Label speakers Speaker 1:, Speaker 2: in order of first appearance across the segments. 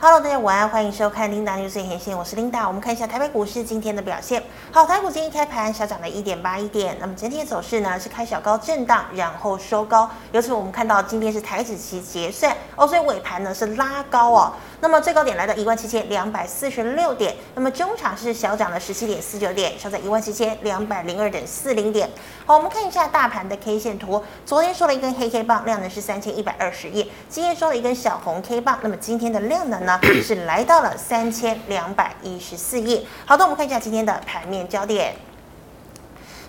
Speaker 1: Hello，大家午安，欢迎收看 Linda News 连线，我是 Linda。我们看一下台北股市今天的表现。好，台股今天开盘小涨了一点八一点，那么整体的走势呢是开小高震荡，然后收高。尤其我们看到今天是台指期结算哦，所以尾盘呢是拉高哦。那么最高点来到一万七千两百四十六点，那么中场是小涨了十七点四九点，收在一万七千两百零二点四零点。好，我们看一下大盘的 K 线图，昨天收了一根黑 K 棒，量能是三千一百二十亿，今天收了一根小红 K 棒，那么今天的量能呢是来到了三千两百一十四亿。好的，我们看一下今天的盘面焦点。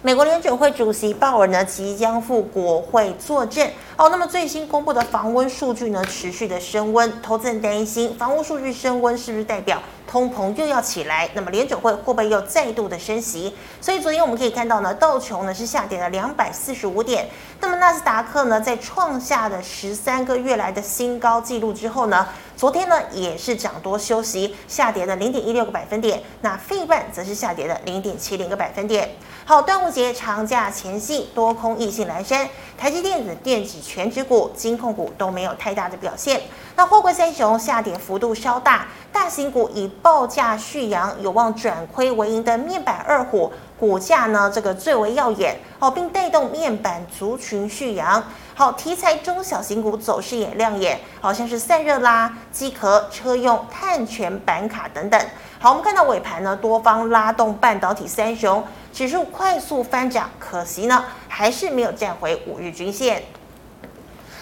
Speaker 1: 美国联准会主席鲍尔呢即将赴国会作证哦。那么最新公布的房温数据呢持续的升温，投资人担心房屋数据升温是不是代表通膨又要起来？那么联准会会不会又再度的升息？所以昨天我们可以看到呢，道琼呢是下跌了两百四十五点，那么纳斯达克呢在创下的十三个月来的新高纪录之后呢，昨天呢也是涨多休息，下跌了零点一六个百分点，那费半则是下跌了零点七零个百分点。好，端午节长假前夕，多空意兴阑珊，台积电子、电子全指股、金控股都没有太大的表现。那货柜三雄下跌幅度稍大，大型股以报价续扬，有望转亏为盈的面板二虎股价呢，这个最为耀眼哦，并带动面板族群续扬。好，题材中小型股走势也亮眼，好像是散热啦、机壳、车用、碳权、板卡等等。好，我们看到尾盘呢，多方拉动半导体三雄指数快速翻涨，可惜呢还是没有站回五日均线。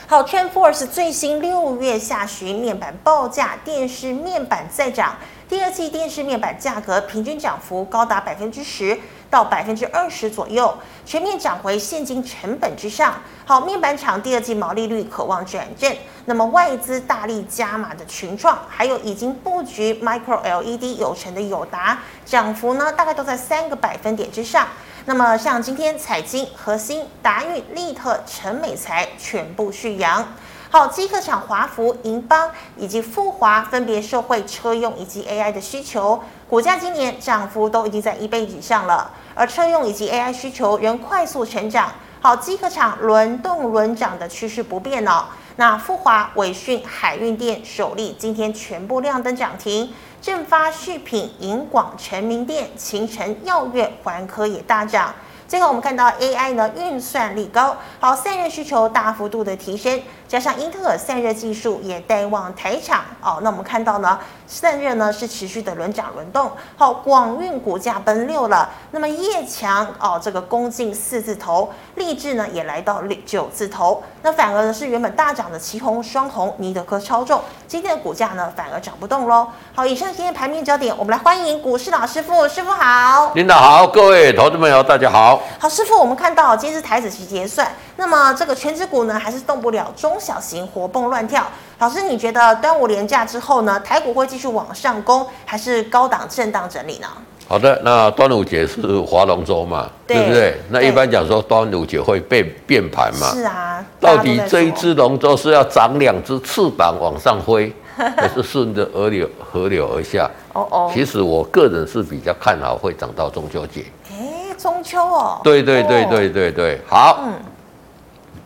Speaker 1: 好 t r a n d f o r c e 最新六月下旬面板报价，电视面板再涨，第二季电视面板价格平均涨幅高达百分之十到百分之二十左右，全面涨回现金成本之上。好，面板厂第二季毛利率可望转正。那么外资大力加码的群创，还有已经布局 Micro LED 有成的友达，涨幅呢大概都在三个百分点之上。那么像今天彩晶、核心、达裕、利特、陈美才全部续扬。好，机客厂华福、银邦以及富华分别受惠车用以及 AI 的需求，股价今年涨幅都已经在一倍以上了，而车用以及 AI 需求仍快速成长。好，机客厂轮动轮涨的趋势不变哦。那富华、伟讯、海运店、首例今天全部亮灯涨停，正发续品、银广、成名店、秦城、耀月、环科也大涨。最后我们看到 AI 呢运算力高，好散热需求大幅度的提升，加上英特尔散热技术也带旺台厂哦。那我们看到呢，散热呢是持续的轮涨轮动，好广运股价奔六了，那么业强哦这个攻进四字头，立志呢也来到九字头，那反而呢是原本大涨的旗红、双红、尼德科超重，今天的股价呢反而涨不动喽。好，以上今天盘面焦点，我们来欢迎股市老师傅，师傅好。
Speaker 2: 领导好，各位投资朋友大家好。
Speaker 1: 好，师傅，我们看到今天是台子期结算，那么这个全指股呢还是动不了，中小型活蹦乱跳。老师，你觉得端午连假之后呢，台股会继续往上攻，还是高档震荡整理呢？
Speaker 2: 好的，那端午节是划龙舟嘛，
Speaker 1: 对
Speaker 2: 对不对？那
Speaker 1: 对
Speaker 2: 一般讲说端午节会变变盘嘛，
Speaker 1: 是啊，
Speaker 2: 到
Speaker 1: 大家都
Speaker 2: 底
Speaker 1: 在
Speaker 2: 这一
Speaker 1: 说
Speaker 2: 只龙舟是要长两只翅膀往上 挥，还是顺着河流河流而下？
Speaker 1: 哦哦，
Speaker 2: 其实我个人是比较看好会涨到中秋节。
Speaker 1: 哎，中秋哦，
Speaker 2: 对对对
Speaker 1: 哦
Speaker 2: 对对对，好。
Speaker 1: 嗯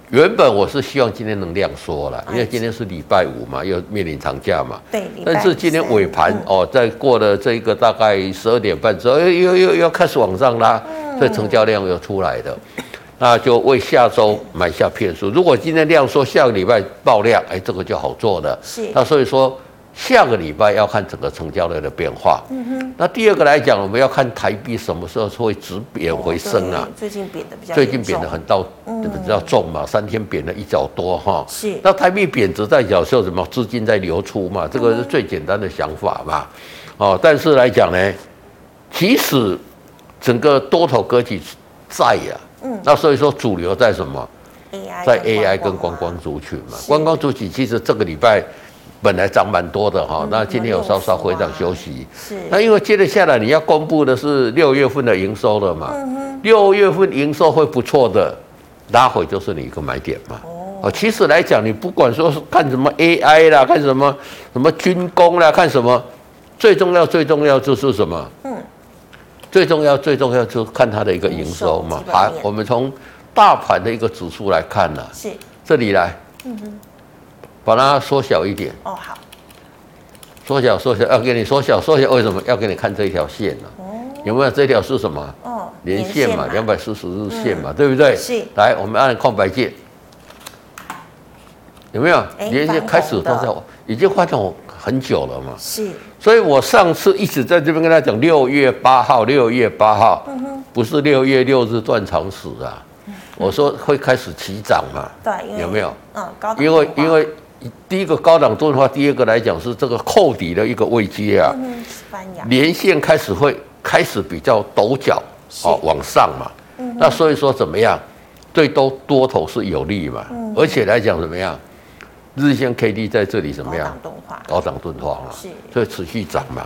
Speaker 2: 原本我是希望今天能量缩了，因
Speaker 1: 哎
Speaker 2: 为今天是礼拜五嘛，又面临长假嘛。
Speaker 1: 对，礼拜
Speaker 2: 但是今天
Speaker 1: 三
Speaker 2: 尾盘、哦，在过了这一个大概十二点半之后，又哎又又又开始往上拉，
Speaker 1: 嗯
Speaker 2: 所以成交量又出来的，那就为下周买下片数。如果今天量缩，下个礼拜爆量，哎，这个就好做了。
Speaker 1: 是
Speaker 2: 那所以说。下个礼拜要看整个成交量的变化。嗯哼。那第二个来讲，我们要看台币什么时候会止贬回升啊？
Speaker 1: 对最近贬的哦比较
Speaker 2: 最
Speaker 1: 严重，嗯
Speaker 2: 近贬得很到比较重嘛，三天贬了一角多哈。
Speaker 1: 是
Speaker 2: 那台币贬值在小时候，什么资金在流出嘛，这个是最简单的想法嘛。哦，但是来讲呢，即使整个多头格局在呀、
Speaker 1: 嗯
Speaker 2: 那所以说主流在什么？
Speaker 1: AI
Speaker 2: 在 AI 跟观
Speaker 1: 观啊
Speaker 2: 光族群嘛
Speaker 1: 是，
Speaker 2: 观光族群其实这个礼拜本来涨蛮多的哈、
Speaker 1: 嗯
Speaker 2: 那今天有稍稍回档休息。
Speaker 1: 是
Speaker 2: 那因为接着下来你要公布的是六月份的营收了嘛，六月份营收会不错的，拉回就是你一个买点嘛。哦，其实来讲，你不管说是看什么 AI 啦，看什么什么军工啦，看什么，最重要最重要就是什么？
Speaker 1: 嗯
Speaker 2: 嗯，最重要最重要就是看它的一个营收嘛
Speaker 1: 营收基。本
Speaker 2: 好
Speaker 1: 面，
Speaker 2: 我们从大盘的一个指数来看呢、
Speaker 1: 是
Speaker 2: 嗯这里来，把它缩小一点，
Speaker 1: 哦好
Speaker 2: 缩小缩小，要给你缩小缩小，为什么要给你看这条线呢、有没有这条是什么？
Speaker 1: 哦，
Speaker 2: 连线嘛，两百四十日线嘛，对不对？
Speaker 1: 嗯是
Speaker 2: 来，我们按空白键，有没有
Speaker 1: 哎？
Speaker 2: 连
Speaker 1: 反
Speaker 2: 线
Speaker 1: 恐
Speaker 2: 开始都在
Speaker 1: 的，
Speaker 2: 已经换成我很久了嘛。
Speaker 1: 是
Speaker 2: 所以我上次一直在这边跟他讲，六月八号，六月八号，
Speaker 1: 嗯
Speaker 2: 不是六月六日断肠死啊。我说会开始起涨嘛，
Speaker 1: 对，因为
Speaker 2: 有没有？
Speaker 1: 嗯，高档
Speaker 2: 因为
Speaker 1: 动画
Speaker 2: 因为第一个高档钝化，第二个来讲是这个扣底的一个位阶啊，
Speaker 1: 嗯，西班牙
Speaker 2: 连线开始会开始比较陡角，哦，往上嘛。那所以说怎么样，对多多头是有利嘛，而且来讲怎么样，日线 K D 在这里怎
Speaker 1: 高
Speaker 2: 么样
Speaker 1: 档？动画
Speaker 2: 高涨钝化嘛
Speaker 1: 是，
Speaker 2: 所以持续涨嘛。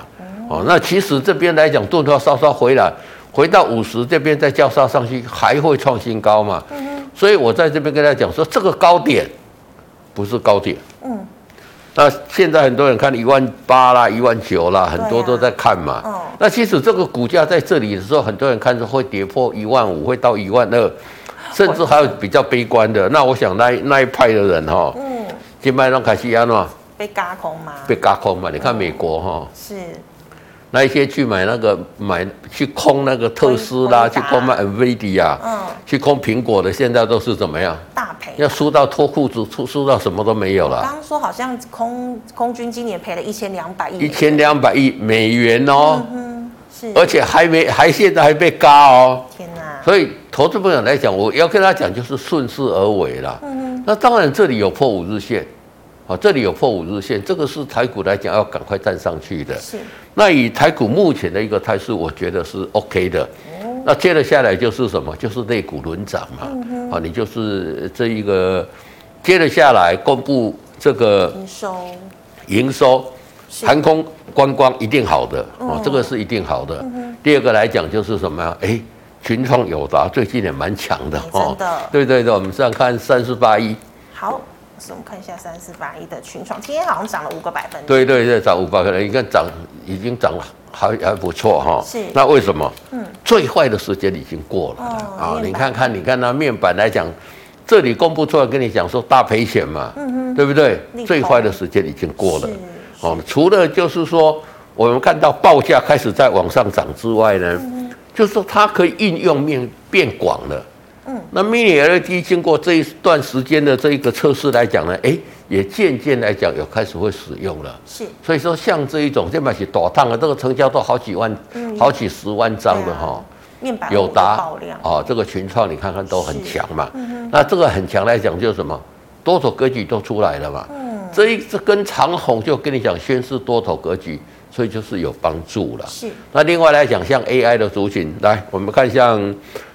Speaker 2: 哦，那其实这边来讲，钝化稍稍回来，回到五十这边再交叉上去，还会创新高嘛。
Speaker 1: 嗯
Speaker 2: 所以我在这边跟大家讲说，这个高点不是高点。
Speaker 1: 嗯。
Speaker 2: 那现在很多人看一万八啦，一万九啦，很多都在看嘛。
Speaker 1: 嗯
Speaker 2: 那其实这个股价在这里的时候，很多人看是会跌破一万五，会到一万二，甚至还有比较悲观的。那我想那一那一派的人哈、哦，
Speaker 1: 嗯，
Speaker 2: 金麦让凯西安诺
Speaker 1: 被嘎空吗？
Speaker 2: 被嘎空嘛。你看美国哈、哦，
Speaker 1: 是
Speaker 2: 那一些去买那个买去空那个特斯
Speaker 1: 空
Speaker 2: 拉，去
Speaker 1: 达
Speaker 2: 空卖 NVIDIA，
Speaker 1: 嗯
Speaker 2: 去空苹果的，现在都是怎么样？
Speaker 1: 大赔。
Speaker 2: 要输到脱裤子，输输到什么都没有了
Speaker 1: 刚。刚说好像空空军今年赔了一千两百亿，嗯
Speaker 2: 一千两百亿美元哦，
Speaker 1: 是，
Speaker 2: 而且还没还现在还被嘎哦，
Speaker 1: 天哪，
Speaker 2: 所以投资朋友来讲，我要跟他讲就是顺势而为啦。
Speaker 1: 嗯
Speaker 2: 那当然这里有破五日线，啊，这里有破五日线，这个是台股来讲要赶快站上去的。
Speaker 1: 是
Speaker 2: 那以台股目前的一个态势，我觉得是 OK 的。
Speaker 1: 哦
Speaker 2: 那接着下来就是什么？就是类股轮涨嘛，
Speaker 1: 嗯
Speaker 2: 啊，你就是这一个，接着下来公布这个
Speaker 1: 营收
Speaker 2: 营收，
Speaker 1: 是
Speaker 2: 航空观光一定好的哦，这个是一定好
Speaker 1: 嗯
Speaker 2: 的。第二个来讲就是什么呀？哎，群创友达最近也蛮强的哦
Speaker 1: 哎真的
Speaker 2: 对对对，我们上看三四八一，
Speaker 1: 好。是我们看一下三四八一的群创，今天好像涨了五个百分点，
Speaker 2: 对对对，涨五百个人，你看涨已经涨了。还还不错哈、
Speaker 1: 是
Speaker 2: 那为什么？嗯，最坏的时间已经过了啦
Speaker 1: 哦
Speaker 2: 啊、
Speaker 1: 面板
Speaker 2: 你看看，你看那面板来讲，这里公布出来跟你讲说大赔钱嘛，嗯对不对
Speaker 1: 利？空
Speaker 2: 最坏的时间已经过了
Speaker 1: 是。
Speaker 2: 哦，除了就是说我们看到报价开始在往上涨之外呢，就是说它可以应用面变广了。嗯，那 Mini LED 经过这一段时间的这一个测试来讲呢，哎，也渐渐来讲有开始会使用了。
Speaker 1: 是
Speaker 2: 所以说，像这一种这买起大烫的，这个成交都好几万、
Speaker 1: 嗯
Speaker 2: 好几十万张的哈、
Speaker 1: 面板
Speaker 2: 有
Speaker 1: 股啊的
Speaker 2: 达
Speaker 1: 爆量，嗯
Speaker 2: 哦，这个群创你看看都很强嘛。那这个很强来讲就是什么？多头格局都出来了嘛。
Speaker 1: 嗯
Speaker 2: 这一这根长红就跟你讲宣示多头格局，所以就是有帮助了。
Speaker 1: 是
Speaker 2: 那另外来讲，像 AI 的族群，来我们看像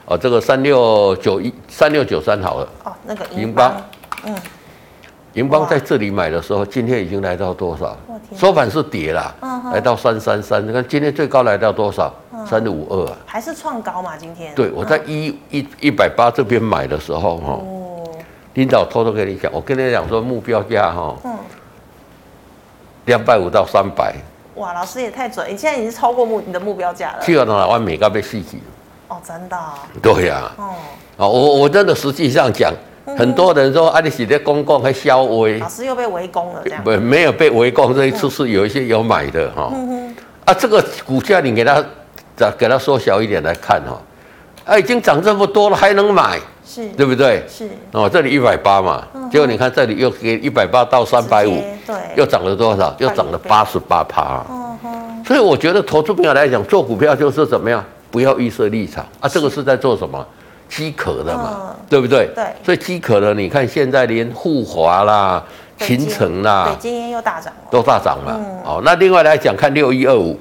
Speaker 2: 哦这个三六九一三六九三好了，
Speaker 1: 哦，那个
Speaker 2: 银
Speaker 1: 银
Speaker 2: 邦
Speaker 1: 邦，
Speaker 2: 银邦
Speaker 1: 哇
Speaker 2: 在这里买的时候，今天已经来到多少
Speaker 1: 我？天
Speaker 2: 收盘是跌啦
Speaker 1: 嗯，哼
Speaker 2: 来到三三三，你看今天最高来到多少？三五二啊。
Speaker 1: 还是创高嘛？今天
Speaker 2: 对，我在一一一百八这边买的时候哈，
Speaker 1: 哦，
Speaker 2: 领导偷偷跟你讲，我跟你讲说目标价哈，
Speaker 1: 嗯，
Speaker 2: 两百五到三百，
Speaker 1: 哇，老师也太准，你现在已经超过目你的目标价了，
Speaker 2: 去了哪万美干被戏起？
Speaker 1: 哦，真的哦，
Speaker 2: 对呀、
Speaker 1: 哦，
Speaker 2: 啊，我我真的实际上讲，
Speaker 1: 嗯
Speaker 2: 很多人说啊，你是在公共和消微
Speaker 1: 老，师又被围攻了，这样
Speaker 2: 不没有被围攻，这一次是有一些有买的哈、
Speaker 1: 嗯
Speaker 2: 啊，这个股价你给它再给它缩小一点来看哈、啊，已经涨这么多了，还能买，
Speaker 1: 是
Speaker 2: 对不对？
Speaker 1: 是
Speaker 2: 哦，这里一百八嘛，结果你看这里又给一百八到三百
Speaker 1: 嗯直
Speaker 2: 五，
Speaker 1: 接对，
Speaker 2: 又涨了多少？又涨了八十八趴。
Speaker 1: 嗯哼，
Speaker 2: 所以我觉得投资朋友来讲，做股票就是怎么样，不要预设立场啊，这个是在做什么？饥渴的嘛，
Speaker 1: 嗯
Speaker 2: 对不对？
Speaker 1: 对
Speaker 2: 所以饥渴的，你看现在连富华啦、
Speaker 1: 北京嗯
Speaker 2: 秦城啦
Speaker 1: 对，今天又大涨了，
Speaker 2: 都大涨了。哦，那另外来讲，看六一二五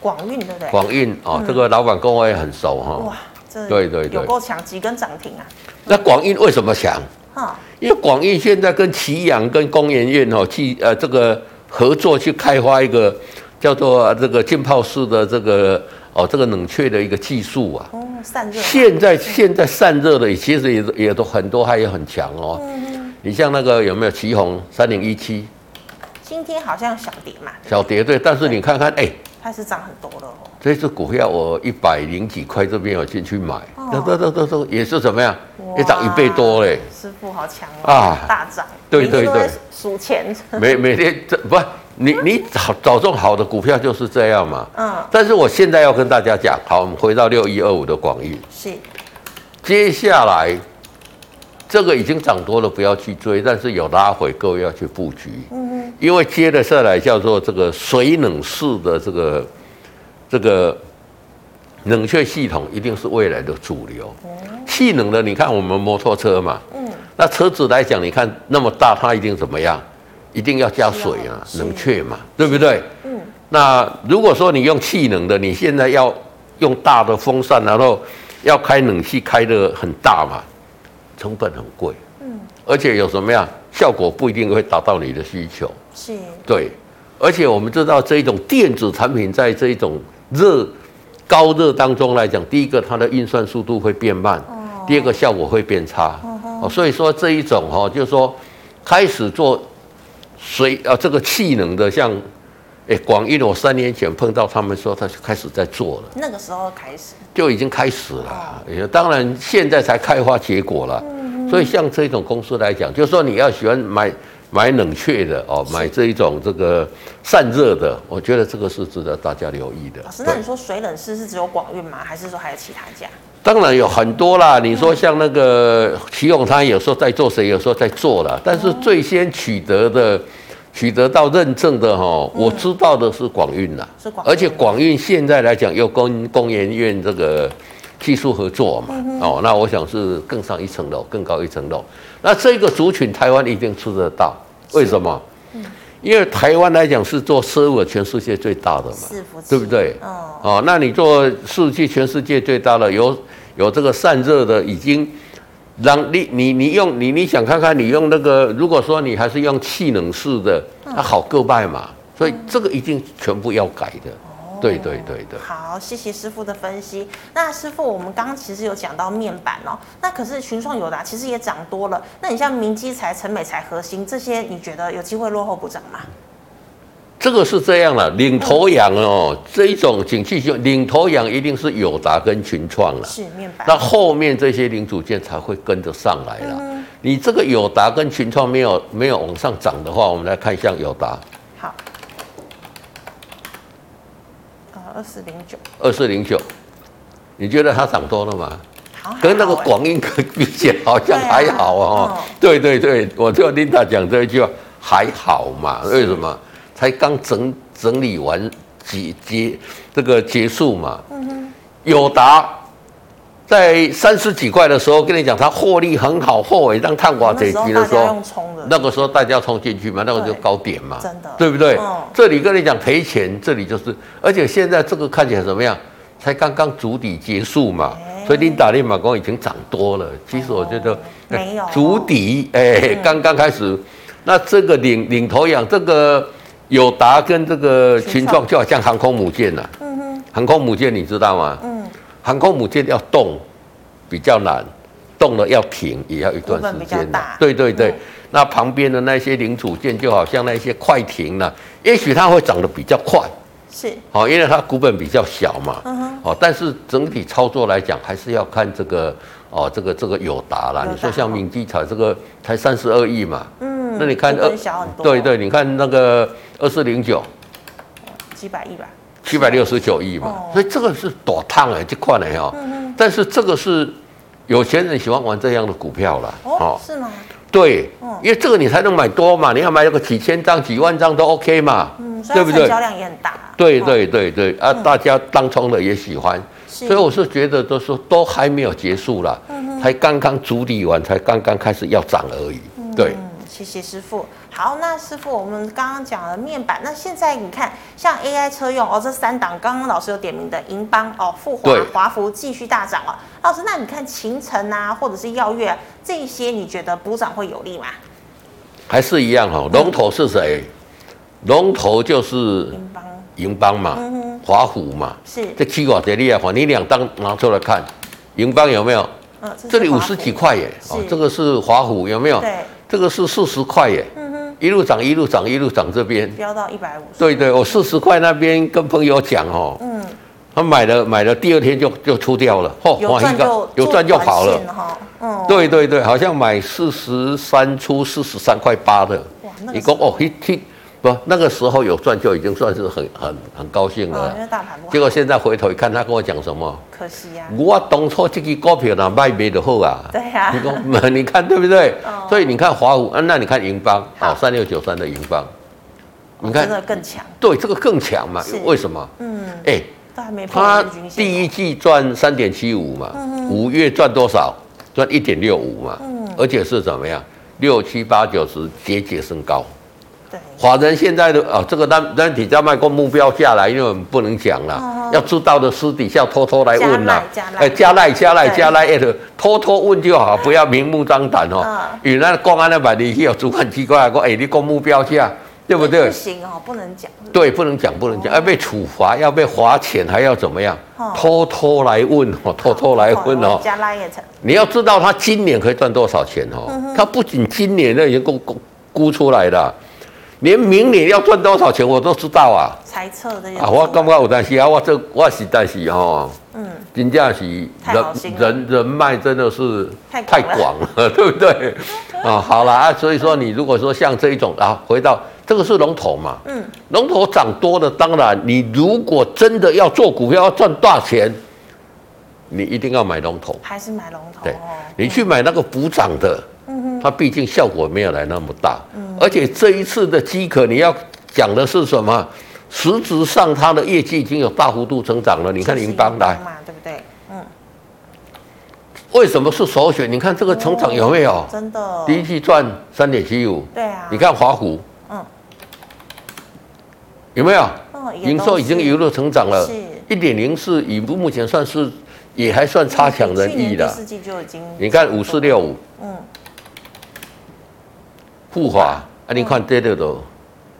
Speaker 1: 广运对不对？
Speaker 2: 广运哦，这个老板跟我也很熟哈、
Speaker 1: 哇，这
Speaker 2: 对对对
Speaker 1: 有够强，几根涨停啊！
Speaker 2: 那广运为什么强？
Speaker 1: 哈，
Speaker 2: 因为广运现在跟祁阳、跟工研院哦去呃这个合作去开发一个叫做呃这个浸泡式的这个哦这个冷却的一个技术啊。
Speaker 1: 哦，散热
Speaker 2: 现在现在散热的也其实也也都很多，还有很强哦。你像那个有没有旗宏三零一七
Speaker 1: 今天好像小跌嘛，
Speaker 2: 小跌对，但是你看看哎、
Speaker 1: 开始涨很多了哦，
Speaker 2: 这只股票我一百零几块这边有进去买，这这这这这也是怎么样，
Speaker 1: 哇
Speaker 2: 也涨一倍多嘞。
Speaker 1: 师傅好强哦
Speaker 2: 啊
Speaker 1: 大涨，
Speaker 2: 对对
Speaker 1: 每
Speaker 2: 对
Speaker 1: 天都在数钱，
Speaker 2: 每每天这不你你找找中好的股票就是这样嘛。
Speaker 1: 嗯，
Speaker 2: 但是我现在要跟大家讲，好，我们回到六一二五的广义，
Speaker 1: 是，
Speaker 2: 接下来这个已经涨多了，不要去追，但是有拉回，各位要去布局，
Speaker 1: 嗯
Speaker 2: 因为接了下来叫做这个水冷式的这个这个冷却系统，一定是未来的主流。气冷的，你看我们摩托车嘛，
Speaker 1: 哦嗯，
Speaker 2: 那车子来讲，你看那么大，它一定怎么样？一定要加水啊，
Speaker 1: 是
Speaker 2: 冷却嘛，对不对？
Speaker 1: 嗯。
Speaker 2: 那如果说你用气冷的，你现在要用大的风扇，然后要开冷气开的很大嘛，成本很贵。
Speaker 1: 嗯。
Speaker 2: 而且有什么呀？效果不一定会达到你的需求。
Speaker 1: 是，
Speaker 2: 对，而且我们知道这一种电子产品在这一种热高热当中来讲，第一个它的运算速度会变慢，第二个效果会变差。哦，所以说这一种哈、哦，就是说开始做水啊这个气能的，像哎广义的，我三年前碰到他们说他就开始在做了。
Speaker 1: 那个时候开始，
Speaker 2: 就已经开始了，
Speaker 1: 啊
Speaker 2: 也当然现在才开花结果了。
Speaker 1: 嗯
Speaker 2: 所以像这种公司来讲，就是说你要喜欢买买冷却的哦，买这一种这个散热的，我觉得这个是值得大家留意的
Speaker 1: 老师，。那
Speaker 2: 对
Speaker 1: 你，说水冷式是只有广运吗？还是说还有其他家？
Speaker 2: 当然有很多啦。你说像那个奇勇，他有时候在做，谁有时候在做了，但是最先取得的。取得到认证的哈、哦，我知道的是广运啦，
Speaker 1: 嗯是广运
Speaker 2: 而且广运现在来讲又跟工研院这个技术合作嘛，
Speaker 1: 嗯
Speaker 2: 哦，那我想是更上一层楼，更高一层楼。那这个族群台湾一定吃得到，为什么？
Speaker 1: 嗯
Speaker 2: 因为台湾来讲是做 server 全世界最大的嘛，
Speaker 1: 伺服器，
Speaker 2: 对不对
Speaker 1: 嗯，
Speaker 2: 哦，那你做世界全世界最大的有有这个散热的，已经让你你你用你你想看看你用那个，如果说你还是用气冷式的，那好个拜嘛，所以这个一定全部要改的。对对对对，
Speaker 1: 好，谢谢师傅的分析。那师傅，我们刚刚其实有讲到面板哦，那可是群创友达其实也涨多了。那你像明基材、成美材、核心这些，你觉得有机会落后补涨吗？
Speaker 2: 这个是这样了，领头羊哦，这一种景气就领头羊一定是友达跟群创了。
Speaker 1: 是面板，
Speaker 2: 那后面这些零组件才会跟得上来啦。你这个友达跟群创没有没有往上涨的话，我们来看一下友达
Speaker 1: 好，呃，二四零九，
Speaker 2: 二四零九，你觉得它涨多了吗？
Speaker 1: 好，还
Speaker 2: 跟那个
Speaker 1: 好欸
Speaker 2: 广英科比起来，好像还好哦。对对对，我就听他讲这一句话，还好嘛？为什么？才刚整整理完结结这个结束嘛。
Speaker 1: 嗯
Speaker 2: 友达在三十几块的时候，跟你讲它获利很好，后尾让碳瓦
Speaker 1: 那
Speaker 2: 解
Speaker 1: 时候
Speaker 2: 局
Speaker 1: 大
Speaker 2: 的时
Speaker 1: 家
Speaker 2: 候
Speaker 1: 用，冲的，
Speaker 2: 那个时候大家冲进去嘛，那个就
Speaker 1: 对
Speaker 2: 高点嘛，
Speaker 1: 真的
Speaker 2: 对不对？
Speaker 1: 嗯
Speaker 2: 这里跟你讲赔钱，这里就是，而且现在这个看起来怎么样？才刚刚主底结束嘛，
Speaker 1: 哎哦
Speaker 2: 所以琳达利马光已经涨多了。其实我觉得、
Speaker 1: 没有嗯
Speaker 2: 主底，哎、刚刚开始。那这个领领头羊，这个友达跟这个
Speaker 1: 群
Speaker 2: 群
Speaker 1: 创
Speaker 2: 创，就好像航空母舰呐、
Speaker 1: 嗯哼，
Speaker 2: 航空母舰你知道吗？
Speaker 1: 嗯，
Speaker 2: 航空母舰要动比较难，动了要停也要一段
Speaker 1: 成本比
Speaker 2: 时
Speaker 1: 较
Speaker 2: 间的啊
Speaker 1: 大。
Speaker 2: 对对对，
Speaker 1: 嗯
Speaker 2: 那旁边的那些零组件就好像那些快停了，也许它会涨得比较快，
Speaker 1: 是，
Speaker 2: 好、因为它股本比较小嘛。
Speaker 1: 嗯哼，
Speaker 2: 哦，但是整体操作来讲，还是要看这个哦，这个这个友达啦。
Speaker 1: 友达
Speaker 2: 你说像明基彩这个才三十二亿嘛，
Speaker 1: 嗯，
Speaker 2: 那你看
Speaker 1: 股
Speaker 2: 二
Speaker 1: 本小很多，
Speaker 2: 对，对，你看那个二四零九
Speaker 1: 几百亿吧，
Speaker 2: 七百六十九亿嘛，
Speaker 1: 哦
Speaker 2: 所以这个是躲烫哎，这块呢哦。
Speaker 1: 嗯
Speaker 2: 但是这个是有钱人喜欢玩这样的股票啦。
Speaker 1: 哼，哦，是吗？
Speaker 2: 对
Speaker 1: 嗯，
Speaker 2: 因为这个你才能买多嘛，你要买个几千张、几万张都 OK 嘛，
Speaker 1: 嗯，所以它
Speaker 2: 对不
Speaker 1: 成
Speaker 2: 对？
Speaker 1: 交量也很大，
Speaker 2: 对
Speaker 1: 哦，
Speaker 2: 对对对啊，大家当冲的也喜欢，
Speaker 1: 是嗯
Speaker 2: 所以我是觉得都说都还没有结束啦，才刚刚主理完，才刚刚开始要涨而已。对，
Speaker 1: 嗯，谢谢师傅。好，那师傅，我们刚刚讲了面板，那现在你看，像 AI 车用哦，这三档刚刚老师有点名的银邦哦、富华
Speaker 2: 对、
Speaker 1: 华孚继续大涨哦。老师，那你看秦城啊，或者是耀月、啊、这一些，你觉得补涨会有利吗？
Speaker 2: 还是一样
Speaker 1: 嗯
Speaker 2: 哦，龙头是谁？龙头就是
Speaker 1: 银邦
Speaker 2: 银邦嘛，
Speaker 1: 嗯
Speaker 2: 华虎嘛，
Speaker 1: 是，
Speaker 2: 这七寡贼厉害，你两张拿出来看，银邦有没有？
Speaker 1: 嗯，是
Speaker 2: 这里
Speaker 1: 华
Speaker 2: 五
Speaker 1: 孚
Speaker 2: 十几，块啊耶，哦
Speaker 1: 是，
Speaker 2: 这个是华虎有没有？
Speaker 1: 对，
Speaker 2: 这个是四十块耶，
Speaker 1: 嗯哼，
Speaker 2: 一路涨一路涨一路涨这边。
Speaker 1: 飙到一百五十，
Speaker 2: 对对，我四十块那边跟朋友讲哦，
Speaker 1: 嗯，
Speaker 2: 他买了买了，第二天就就出掉了，嚯、
Speaker 1: 有
Speaker 2: 哇
Speaker 1: 赚
Speaker 2: 一个
Speaker 1: 就
Speaker 2: 有赚就跑了。
Speaker 1: 哈，嗯，
Speaker 2: 对对对，好像买四十三出四十三块八的
Speaker 1: 哇那，个
Speaker 2: 你讲哦，一听不，那个时候有赚就已经算是很很很高兴
Speaker 1: 哦，
Speaker 2: 了
Speaker 1: 因。为大盘不好，
Speaker 2: 结果现在回头一看，他跟我讲什么？
Speaker 1: 可惜呀、
Speaker 2: 我当初这个股票呢卖没的好啊。
Speaker 1: 对呀、
Speaker 2: 你 看，你看对不对？
Speaker 1: 哦
Speaker 2: 所以你看华虎，啊，那你看银邦
Speaker 1: 好
Speaker 2: 啊，三六九三的银邦，你看
Speaker 1: 真的更强，
Speaker 2: 对这个更强嘛
Speaker 1: 是？
Speaker 2: 为什么？
Speaker 1: 嗯，
Speaker 2: 哎，
Speaker 1: 都还没破
Speaker 2: 他
Speaker 1: 日均线哦嗯
Speaker 2: 第一季赚三点七五嘛，五月赚多少？赚一点六五嘛，而且是怎么样？六七八九十节节升高。
Speaker 1: 对，
Speaker 2: 华人现在的啊、这个单单体价卖过目标价来，因为我们不能讲啦，
Speaker 1: 哦
Speaker 2: 要知道的私底下偷偷来问啦
Speaker 1: 加赖加，赖
Speaker 2: 哎，加赖加赖
Speaker 1: 对
Speaker 2: 加赖，哎，偷偷问就好，不要明目张胆哦
Speaker 1: 嗯。
Speaker 2: 与那公安那把你有主管机关来说，哎，你公目标价，对不对
Speaker 1: 不？行哦，不能讲，
Speaker 2: 对，不能讲，不能讲，要被处罚，要被罚钱，还要怎么样
Speaker 1: 哦？
Speaker 2: 偷偷来问哦，偷偷来问哦。
Speaker 1: 加拉也成，
Speaker 2: 你要知道他今年可以赚多少钱哦，
Speaker 1: 嗯
Speaker 2: 他不仅今年那已经估估估出来了，连明年要赚多少钱我都知道啊。
Speaker 1: 猜测这些
Speaker 2: 啊，我感觉有担心啊，我这我是担心哦，
Speaker 1: 嗯，
Speaker 2: 真正是人
Speaker 1: 太好心了
Speaker 2: 人人脉真的是
Speaker 1: 太
Speaker 2: 太
Speaker 1: 广了
Speaker 2: 广了， 对不对？啊，好了啊，所以说你如果说像这一种啊，回到这个是龙头嘛，
Speaker 1: 嗯，
Speaker 2: 龙头涨多了，当然你如果真的要做股票要赚大钱，你一定要买龙头。
Speaker 1: 还是买龙头
Speaker 2: 对
Speaker 1: 哦，，
Speaker 2: 你去买那个补涨的，
Speaker 1: 嗯
Speaker 2: 它毕竟效果没有来那么大，而且这一次的饥渴，你要讲的是什么？实质上它的业绩已经有大幅度增长了。你看
Speaker 1: 就是
Speaker 2: 银邦来，
Speaker 1: 嘛，对不对？嗯，
Speaker 2: 为什么是首选？你看这个成长有没有？
Speaker 1: 真的，
Speaker 2: 哦第一季赚三点七五，
Speaker 1: 对啊，
Speaker 2: 你，看华虎，
Speaker 1: 嗯
Speaker 2: 有没有？
Speaker 1: 嗯，也
Speaker 2: 营
Speaker 1: 都
Speaker 2: 收已经
Speaker 1: 是
Speaker 2: 一路成长了
Speaker 1: 是，
Speaker 2: 一点零四，以目前算是也还算差强人
Speaker 1: 去
Speaker 2: 意
Speaker 1: 年
Speaker 2: 的
Speaker 1: 第。四季就已经，
Speaker 2: 你看五四六五，
Speaker 1: 嗯，
Speaker 2: 富华，啊，你看这个都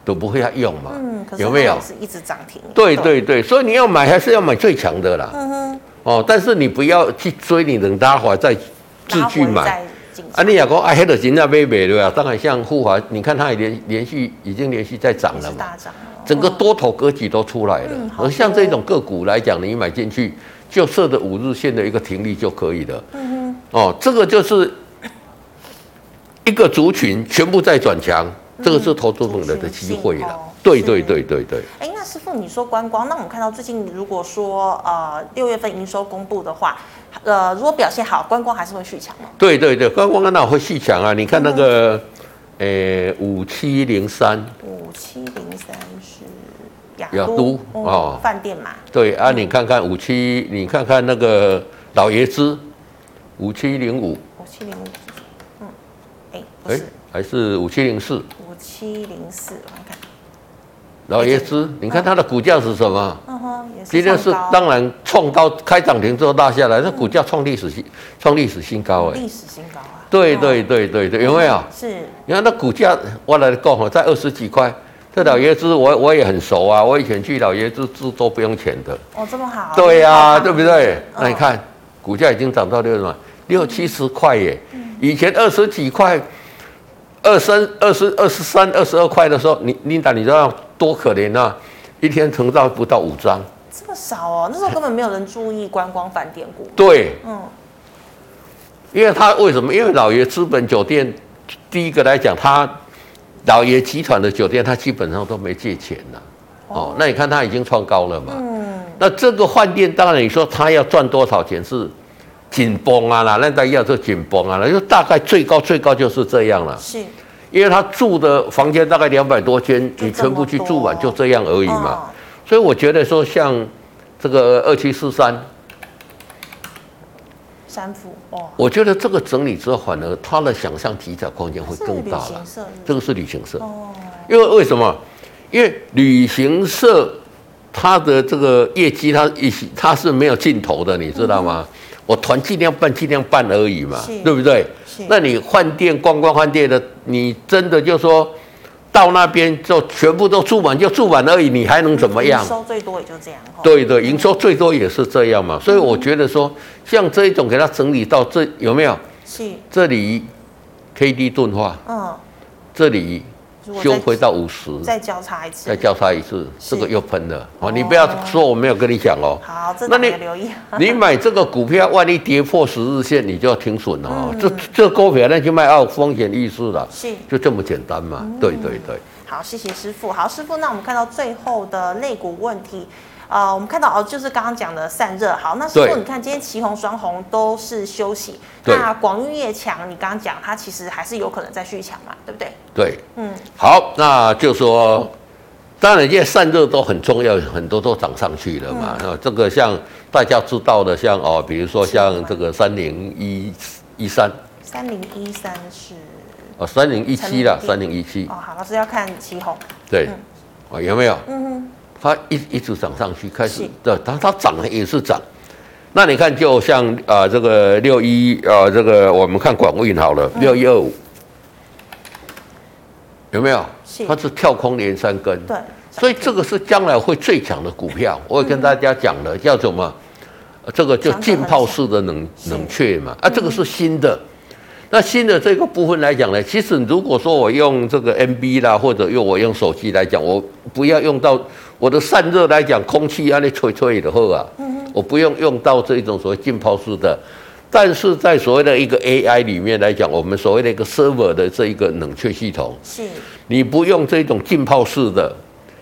Speaker 2: 都不会要用嘛，
Speaker 1: 嗯，可是
Speaker 2: 有没
Speaker 1: 它
Speaker 2: 有
Speaker 1: 也？是一直涨停？
Speaker 2: 对，对对，所以你要买还是要买最强的啦，
Speaker 1: 嗯哼，
Speaker 2: 哦，但是你不要去追你等拉回再自
Speaker 1: 拉
Speaker 2: 去
Speaker 1: 回
Speaker 2: 买。
Speaker 1: 再进场
Speaker 2: 啊，你也讲啊，黑的金在被买对啊，当然像富华，你看它也连连续已经连续在涨
Speaker 1: 也
Speaker 2: 了
Speaker 1: 是
Speaker 2: 嘛，
Speaker 1: 大涨哦，
Speaker 2: 整个多头格局都出来了
Speaker 1: 嗯。好
Speaker 2: 而像
Speaker 1: 多
Speaker 2: 这种个股来讲，你买进去就设的五日线的一个停利就可以了。
Speaker 1: 嗯哼，
Speaker 2: 哦，这个就是一个族群全部在转强，这个是投资人的机
Speaker 1: 嗯族
Speaker 2: 会
Speaker 1: 群性
Speaker 2: 了
Speaker 1: 哦。
Speaker 2: 对
Speaker 1: 是
Speaker 2: 对对对对，
Speaker 1: 哎，那师傅，你说观光，那我们看到最近如果说呃六月份营收公布的话，呃如果表现好，观光还是会续强吗？
Speaker 2: 对对对，观光安娜会细讲啊，你看那
Speaker 1: 嗯
Speaker 2: 个，呃，五七零三，
Speaker 1: 五七零三是雅
Speaker 2: 雅都
Speaker 1: 嗯
Speaker 2: 哦
Speaker 1: 饭店嘛，
Speaker 2: 对
Speaker 1: 嗯
Speaker 2: 啊，你看看五七，你看看那个老爷子，五七零五，
Speaker 1: 五七零五，嗯，哎不
Speaker 2: 哎
Speaker 1: 是，
Speaker 2: 还是五七零四，
Speaker 1: 五七零四，我看看，
Speaker 2: 老爷子，你看它的股价是什么？
Speaker 1: 嗯哼，也是
Speaker 2: 今天是
Speaker 1: 创高嗯
Speaker 2: 当然创高开涨停之后拉下来，那股价创历史新创历史新高哎、
Speaker 1: 历史新高啊，
Speaker 2: 对
Speaker 1: 哦
Speaker 2: 对对对对，有没有？
Speaker 1: 是
Speaker 2: 你看那股价，我来讲哦，在二十几块。这老爷子我我也很熟啊，我以前去老爷子住都不用钱的。
Speaker 1: 哦这么好，
Speaker 2: 对呀、
Speaker 1: 好
Speaker 2: 对不对？那你
Speaker 1: 嗯
Speaker 2: 看，股价已经涨到六什么六七十块耶，
Speaker 1: 嗯
Speaker 2: 以前二十几块。二三、二十二、十三、二十二块的时候，你琳达，你知道多可怜啊！一天成交不到五张，
Speaker 1: 这么少哦，那时候根本没有人注意观光饭店股，
Speaker 2: 对，
Speaker 1: 嗯，
Speaker 2: 因为他为什么？因为老爷资本酒店，第一个来讲，他老爷集团的酒店，他基本上都没借钱呐、哦，那你看他已经创高了嘛。
Speaker 1: 嗯
Speaker 2: 那这个饭店，当然你说他要赚多少钱是紧绷啊啦，那大家要说紧绷啊啦，就大概最高最高就是这样了。
Speaker 1: 是
Speaker 2: 因为他住的房间大概两百多间，
Speaker 1: 就
Speaker 2: 你
Speaker 1: 这么
Speaker 2: 全部去住完
Speaker 1: 多哦
Speaker 2: 就这样而
Speaker 1: 可
Speaker 2: 已嘛。
Speaker 1: 嗯
Speaker 2: 所以我觉得说像这个二七四三，
Speaker 1: 三副哦，
Speaker 2: 我觉得这个整理之后，反而它的想象题材空间会
Speaker 1: 是
Speaker 2: 更
Speaker 1: 旅
Speaker 2: 大了
Speaker 1: 行。社是
Speaker 2: 这
Speaker 1: 不
Speaker 2: 个是旅行社
Speaker 1: 是，哦，
Speaker 2: 因为为什么？因为旅行社它的这个业绩，它一它是没有尽头的，你知道吗？我团尽量办，尽量办而已嘛
Speaker 1: 是，
Speaker 2: 对不对
Speaker 1: 是？
Speaker 2: 那你换店逛逛换店的，你真的就说到那边就全部都住满，就住满而已，你还能怎么样
Speaker 1: 营？收最多也就这样哦。
Speaker 2: 对的，营收最多也是这样嘛，所以我觉得说，像这一种给它整理到这有没有？
Speaker 1: 是，
Speaker 2: 这里 K D 钝化，
Speaker 1: 嗯，
Speaker 2: 这里
Speaker 1: 如果
Speaker 2: 修
Speaker 1: 再
Speaker 2: 回到五十，
Speaker 1: 再交叉一次，
Speaker 2: 再交叉一次，
Speaker 1: 是
Speaker 2: 这个又喷了。
Speaker 1: 哦
Speaker 2: 哦，你不要说我没有跟你讲 哦。
Speaker 1: 好，这
Speaker 2: 那
Speaker 1: 大家
Speaker 2: 你
Speaker 1: 留意。
Speaker 2: 你买这个股票，万一跌破十日线，你就要停损了
Speaker 1: 嗯
Speaker 2: 哦。这这股票那就卖，要有风险意识了，
Speaker 1: 是嗯
Speaker 2: 就这么简单嘛。对对对，
Speaker 1: 好，谢谢师傅。好，师傅，那我们看到最后的肋骨问题，呃，我们看到哦，就是刚刚讲的散热。好，那师傅，
Speaker 2: 对
Speaker 1: 你看今天旗红、双红都是休息，
Speaker 2: 对
Speaker 1: 那广运越强，你刚刚讲它其实还是有可能再续强嘛，对不对？
Speaker 2: 对，
Speaker 1: 嗯，
Speaker 2: 好，那就说，当然，现在散热都很重要，很多都涨上去了嘛。
Speaker 1: 嗯
Speaker 2: 那、这个像大家知道的，像哦，比如说像这个三零一一三
Speaker 1: 三零一三是
Speaker 2: 哦，三零一七啦，三
Speaker 1: 陈
Speaker 2: 零一七
Speaker 1: 哦，，好，老师要看旗红，
Speaker 2: 对，哦，有没有？
Speaker 1: 嗯哼，
Speaker 2: 它一一直涨上去，开
Speaker 1: 是
Speaker 2: 始对它它涨了也是涨。那你看，就像啊、呃这个六一啊，这个我们看广运好了，六一二五有没有
Speaker 1: 是？
Speaker 2: 它是跳空连三根，
Speaker 1: 对，
Speaker 2: 所以这个是将来会最强的股票。我也跟大家讲了，叫什么？呃这个就浸泡式的冷
Speaker 1: 是
Speaker 2: 冷却嘛，啊，这个是新的。那新的这个部分来讲呢，其实如果说我用这个 NB 啦，或者用我用手机来讲，我不要用到我的散热来讲，空气压力吹吹的后啊，我不用用到这种所谓浸泡式的。但是在所谓的一个 AI 里面来讲，我们所谓的一个 server 的这一个冷却系统，
Speaker 1: 是
Speaker 2: 你不用这种浸泡式的，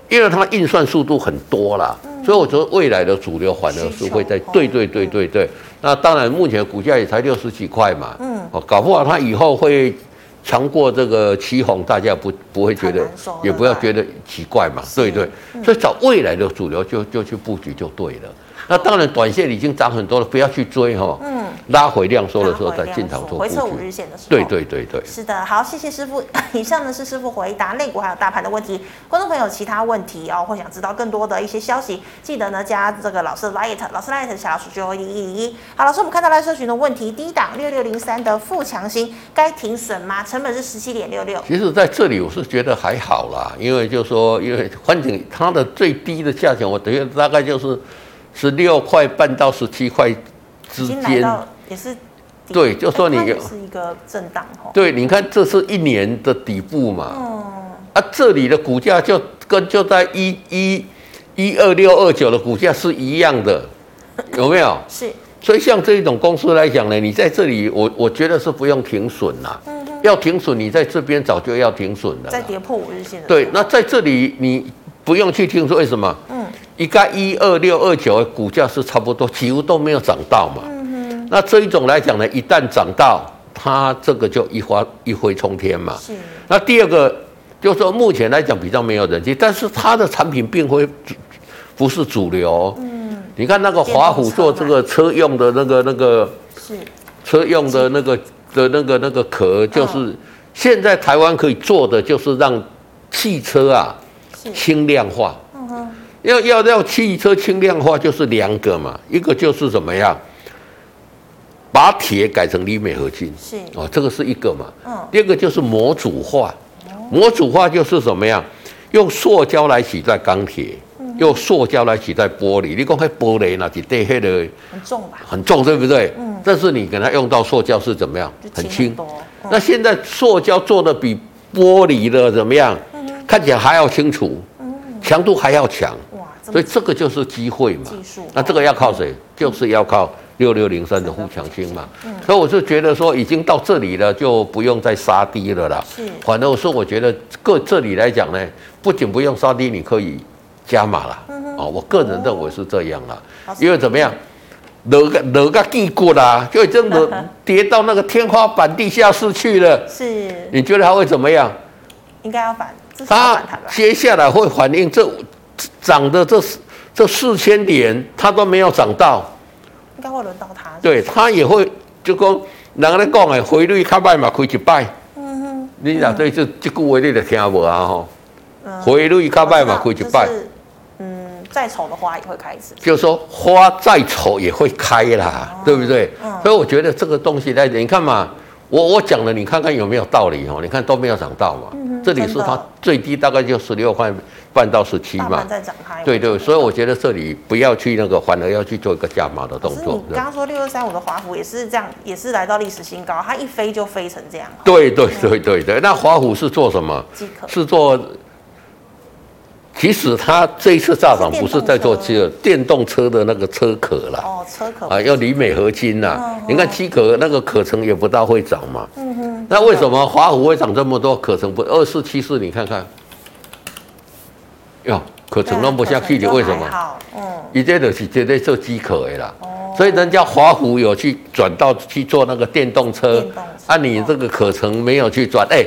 Speaker 2: 因为它运算速度很多啦，所以我觉得未来的主流反而是会在
Speaker 1: 嗯需求
Speaker 2: 对对对对对。那当然，目前股价也才六十几块嘛，
Speaker 1: 嗯，
Speaker 2: 哦，搞不好它以后会强过这个旗红，大家不不会觉得
Speaker 1: 很难说，
Speaker 2: 也不要觉得奇怪嘛，对对。
Speaker 1: 嗯
Speaker 2: 所以找未来的主流就就去布局就对了。那当然，短线已经涨很多了，不要去追哈、
Speaker 1: 嗯，
Speaker 2: 拉回量缩的时候
Speaker 1: 拉回
Speaker 2: 再
Speaker 1: 量
Speaker 2: 进场做布
Speaker 1: 回
Speaker 2: 局
Speaker 1: 撤五。日线的时候，
Speaker 2: 对对对对。
Speaker 1: 是的，好，谢谢师傅。 以上呢是师傅回答类股还有大盘的问题。观众朋友其他问题哦，或想知道更多的一些消息，记得呢加这个老师的 light，老师 light 小老鼠就一一一。好，老师，我们看到赖社群的问题，第一档六六零三的富强新该停损吗？成本是十七点六六，
Speaker 2: 其实在这里我是觉得还好啦，因为就说因为环境它的最低的价钱，我等于大概就是十六块半到十七块之
Speaker 1: 已经来
Speaker 2: 间。
Speaker 1: 到也是底
Speaker 2: 对就说你
Speaker 1: 它也是一个震荡哦。
Speaker 2: 对，你看这是一年的底部嘛，
Speaker 1: 嗯，
Speaker 2: 啊，这里的股价就跟就在一一一二六二九的股价是一样 的，有没有？
Speaker 1: 是
Speaker 2: 所以像这种公司来讲呢，你在这里我我觉得是不用停损啦，要停损你在这边早就要停损了啦。
Speaker 1: 嗯在跌破五日线的时候。
Speaker 2: 对，那在这里你不用去听说为什么，
Speaker 1: 嗯，
Speaker 2: 一个一二六二九的股价是差不多，几乎都没有涨到嘛。嗯那这一种来讲呢，一旦涨到，它这个就一花一飞冲天嘛。
Speaker 1: 是
Speaker 2: 那第二个就是说，目前来讲比较没有人气，但是它的产品并非主不是主流。嗯，你看那个华
Speaker 1: 电动
Speaker 2: 虎
Speaker 1: 车
Speaker 2: 做这个车用的那个那个
Speaker 1: 是
Speaker 2: 车用的那个的那个那个壳，
Speaker 1: 嗯
Speaker 2: 就是现在台湾可以做的，就是让汽车啊
Speaker 1: 是，
Speaker 2: 轻量化。
Speaker 1: 嗯哼，
Speaker 2: 要要要汽车轻量化，就是两个嘛，一个就是怎么样，把铁改成锂镁合金，
Speaker 1: 是
Speaker 2: 哦，这个是一个嘛。
Speaker 1: 嗯哦
Speaker 2: 第二个就是模组化，模组化就是怎么样，用塑胶来取代钢铁，
Speaker 1: 嗯
Speaker 2: 用塑胶来取代玻璃。你讲那玻璃那是对黑的。
Speaker 1: 很重吧？
Speaker 2: 很重，对不对？但是你给它用到塑胶是怎么样
Speaker 1: 嗯就？轻
Speaker 2: 很
Speaker 1: 很
Speaker 2: 轻
Speaker 1: 多。嗯
Speaker 2: 那现在塑胶做的比玻璃的怎么样？
Speaker 1: 嗯
Speaker 2: 看起来还要清楚，强度还要强，
Speaker 1: 哇，这
Speaker 2: 所
Speaker 1: 么
Speaker 2: 以这个就是机会嘛
Speaker 1: 技术。哦
Speaker 2: 那这个要靠谁？就是要靠六六零三的互强星嘛。所以我是觉得说，已经到这里了，就不用再杀低了啦。
Speaker 1: 是
Speaker 2: 反正我说，我觉得个这里来讲呢，不仅不用杀低，你可以加码啦。哦，我个人认为是这样啦
Speaker 1: 老，师
Speaker 2: 因为怎么样，惹个惹个屁股啦，就已经惹跌到那个天花板、地下室去了。
Speaker 1: 是
Speaker 2: 你觉得它会怎么样？
Speaker 1: 应该要反，至少要
Speaker 2: 它
Speaker 1: 反弹吧？
Speaker 2: 接下来会反映这这涨的这这四千点，它都没有涨到，
Speaker 1: 应该会轮到他。
Speaker 2: 对，它也会就讲人家讲的汇率较歹嘛，开一摆。
Speaker 1: 嗯
Speaker 2: 你若对这这句话你就听无啊吼，
Speaker 1: 嗯
Speaker 2: 汇率较歹嘛，开
Speaker 1: 我
Speaker 2: 一
Speaker 1: 知道
Speaker 2: 摆
Speaker 1: 就。是嗯，再丑的花也会开一次。
Speaker 2: 就是说花再丑也会开啦，对不对？
Speaker 1: 嗯
Speaker 2: 所以我觉得这个东西来，你看嘛，我我讲了，你看看有没有道理哦？你看都没有涨到嘛，
Speaker 1: 嗯
Speaker 2: 这里是
Speaker 1: 真的
Speaker 2: 它最低大概就十六块半到十七
Speaker 1: 大
Speaker 2: 嘛
Speaker 1: 盘，在涨，它也
Speaker 2: 对
Speaker 1: 会
Speaker 2: 对，所以我觉得这里不要去那个，反而要去做一个加码的
Speaker 1: 可
Speaker 2: 动
Speaker 1: 是
Speaker 2: 作
Speaker 1: 你。刚刚说六二三五的华孚也是这样，也是来到历史新高，它一飞就飞成这样，
Speaker 2: 对对对对对，那华虎是做什么？
Speaker 1: 即可
Speaker 2: 是做，其实它这一次大涨
Speaker 1: 是电动
Speaker 2: 不是在做
Speaker 1: 车
Speaker 2: 这个电动车的那个车壳啦，
Speaker 1: 哦，车可
Speaker 2: 啊，要锂镁合金呐、
Speaker 1: 嗯
Speaker 2: 你看七可那个可成也不大会涨嘛。
Speaker 1: 嗯哼，
Speaker 2: 那为什么华虎会涨这么多？可成不二四七四，你看看，哟，可成弄不下
Speaker 1: 啊
Speaker 2: 去，你为什么？
Speaker 1: 好，嗯，
Speaker 2: 一这就是绝对做饥渴的啦。
Speaker 1: 哦
Speaker 2: 所以人家华虎有去转到去做那个电动车，
Speaker 1: 电动车
Speaker 2: 啊，你这个可成没有去转，哎、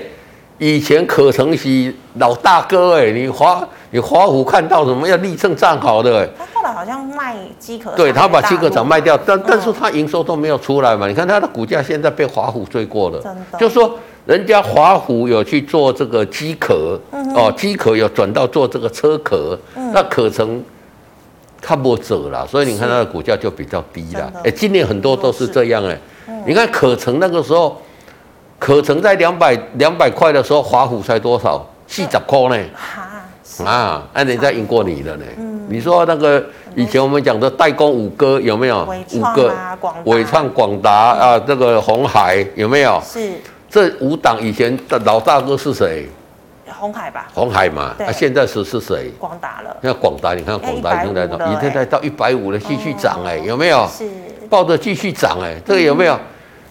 Speaker 2: 以前可成是老大哥哎、你华你华虎看到什么要立正站好的哎、
Speaker 1: 他后来好像卖鸡壳，
Speaker 2: 对他把七个厂卖，掉，但但是
Speaker 1: 嗯
Speaker 2: 他营收都没有出来嘛。你看他的股价现在被华虎追过了
Speaker 1: 真的，
Speaker 2: 就说人家华虎有去做这个机壳，
Speaker 1: 嗯
Speaker 2: 哦，机壳有转到做这个车壳，那可成看不走了，所以你看它的股价就比较低了
Speaker 1: 真的。嗯
Speaker 2: 哎，今年很多都是这样哎，你看可成那个时候，可成在两百两百块的时候，华虎才多少？四十块呢。
Speaker 1: 哈，是
Speaker 2: 啊，那人家赢过你了呢。
Speaker 1: 嗯
Speaker 2: 你说那个以前我们讲的代工五哥有没有？
Speaker 1: 伟创
Speaker 2: 五
Speaker 1: 啊
Speaker 2: 个
Speaker 1: 广达
Speaker 2: 伟创、广达啊，这个红海有没有？
Speaker 1: 是
Speaker 2: 这五档以前的老大哥是谁？
Speaker 1: 红海吧，
Speaker 2: 红海嘛。
Speaker 1: 对
Speaker 2: 啊，现在是是谁？
Speaker 1: 光达了，
Speaker 2: 那广达，你看广达已经来到，
Speaker 1: 要150了
Speaker 2: 已经来到一百五了，继续涨哎、
Speaker 1: 嗯
Speaker 2: 有没有？
Speaker 1: 是
Speaker 2: 抱着继续涨哎、这个有
Speaker 1: 嗯
Speaker 2: 没有？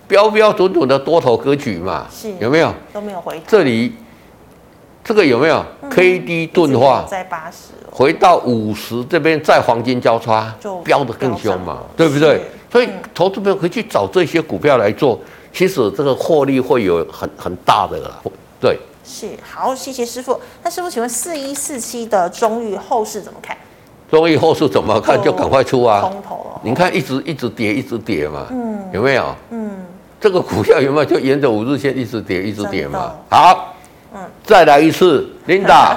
Speaker 2: 标标准准的多头格局嘛，
Speaker 1: 是
Speaker 2: 有没有？
Speaker 1: 都没有回头，
Speaker 2: 这里这个有没有？K D 钝化，
Speaker 1: 在八十了，
Speaker 2: 回到五十这边再黄金交叉
Speaker 1: 就，
Speaker 2: 飙得更凶嘛，
Speaker 1: 飙
Speaker 2: 对
Speaker 1: 涨
Speaker 2: 不对
Speaker 1: 是？
Speaker 2: 所以投资朋友可以去找这些股票来做，其实这个获利会有很很大的啦。对，
Speaker 1: 是好，谢谢师傅。那师傅，请问四一四七的中裕后市怎么看？
Speaker 2: 中以后是怎么看
Speaker 1: 就
Speaker 2: 就赶快出啊！
Speaker 1: 空头哦了，
Speaker 2: 你看一直一直跌，一直跌嘛，有没有？嗯，这个股票有没有就沿着五日线一直跌，一直跌嘛？好，再来一次，Linda，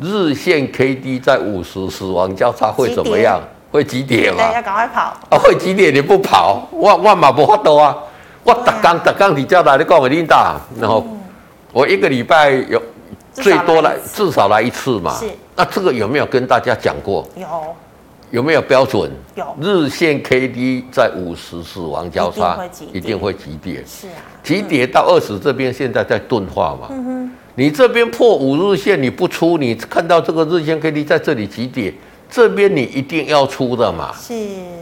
Speaker 2: 日线 K D 在五十死亡交叉会怎么样？会急跌嘛
Speaker 1: 对，？要赶快跑，
Speaker 2: 啊，会几点你不跑，我我嘛无法度啊！我逐
Speaker 1: 对
Speaker 2: 工逐工伫遮来你讲的领导，然后我一个礼拜有
Speaker 1: 嗯至少
Speaker 2: 最多来
Speaker 1: 一次
Speaker 2: 至少来一次嘛
Speaker 1: 是。
Speaker 2: 那这个有没有跟大家讲过？
Speaker 1: 有
Speaker 2: 有没有标准？
Speaker 1: 有
Speaker 2: 日线 K D 在五十死亡交叉
Speaker 1: 一定会急跌
Speaker 2: 一定会急跌，
Speaker 1: 是啊，
Speaker 2: 急跌到二十这边现在在钝化嘛。
Speaker 1: 嗯哼，
Speaker 2: 你这边破五日线你不出，你看到这个日线 K D 在这里急跌，这边你一定要出的嘛。
Speaker 1: 是，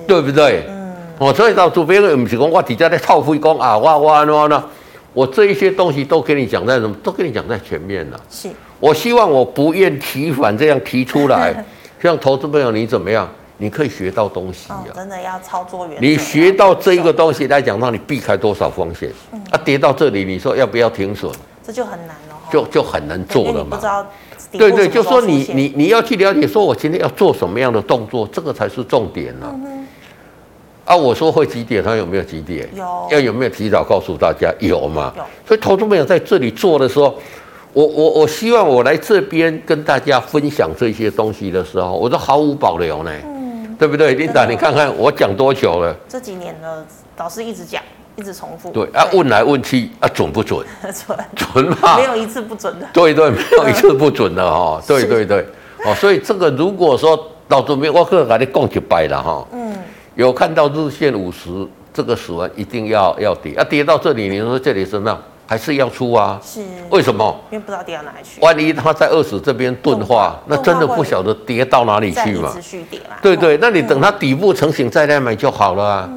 Speaker 2: 对不对？嗯，哦，所以到主编不是讲我底下在套灰讲啊，我我安怎呢？我这一些东西都跟你讲在什么？都跟你讲在前面了。
Speaker 1: 是
Speaker 2: 我希望我不厌其烦这样提 出来，像投资朋友你怎么样？你可以学到东西
Speaker 1: 哦
Speaker 2: 啊，。
Speaker 1: 真的要操作原则
Speaker 2: 你学到这一个东西来讲，让你避开多少风险？
Speaker 1: 嗯
Speaker 2: 啊，跌到这里，你说要不要停损？
Speaker 1: 这就很难了，哦
Speaker 2: 就就很难做
Speaker 1: 因为
Speaker 2: 了
Speaker 1: 你不
Speaker 2: 嘛
Speaker 1: 知。道底部
Speaker 2: 对对，
Speaker 1: 什么
Speaker 2: 就
Speaker 1: 时候
Speaker 2: 说你
Speaker 1: 出现
Speaker 2: 你你要去了解，说我今天要做什么样的动作，这个才是重点呢、
Speaker 1: 嗯
Speaker 2: 啊。我说会几点，他有没有几点？
Speaker 1: 有
Speaker 2: 要有没有提早告诉大家？有嘛？
Speaker 1: 有
Speaker 2: 所以投资朋友在这里做的时候，我我我希望我来这边跟大家分享这些东西的时候，我都毫无保留呢，
Speaker 1: 嗯
Speaker 2: 对不对？琳达，你看看我讲多久了？
Speaker 1: 这几年呢，老师一直讲，一直重复，
Speaker 2: 对啊，问来问去啊，准不准？
Speaker 1: 准
Speaker 2: 准嘛？
Speaker 1: 没有一次不准的，
Speaker 2: 对对，没有一次不准的哈、对对对，哦，所以这个如果说到这边，我可能给你讲一摆了哈、嗯，有看到日线五十这个死亡一定要要跌，啊，跌到这里，你说这里怎么样？还是要出啊？
Speaker 1: 是因
Speaker 2: 为什么？
Speaker 1: 为不知道跌到哪里去，
Speaker 2: 万一它在二十这边钝化，
Speaker 1: 钝
Speaker 2: 那
Speaker 1: 化
Speaker 2: 真的不晓得跌到哪里
Speaker 1: 再
Speaker 2: 去
Speaker 1: 一
Speaker 2: 嘛
Speaker 1: 直？续跌啦，
Speaker 2: 对对，那你等它底部成型再来买就好了啊，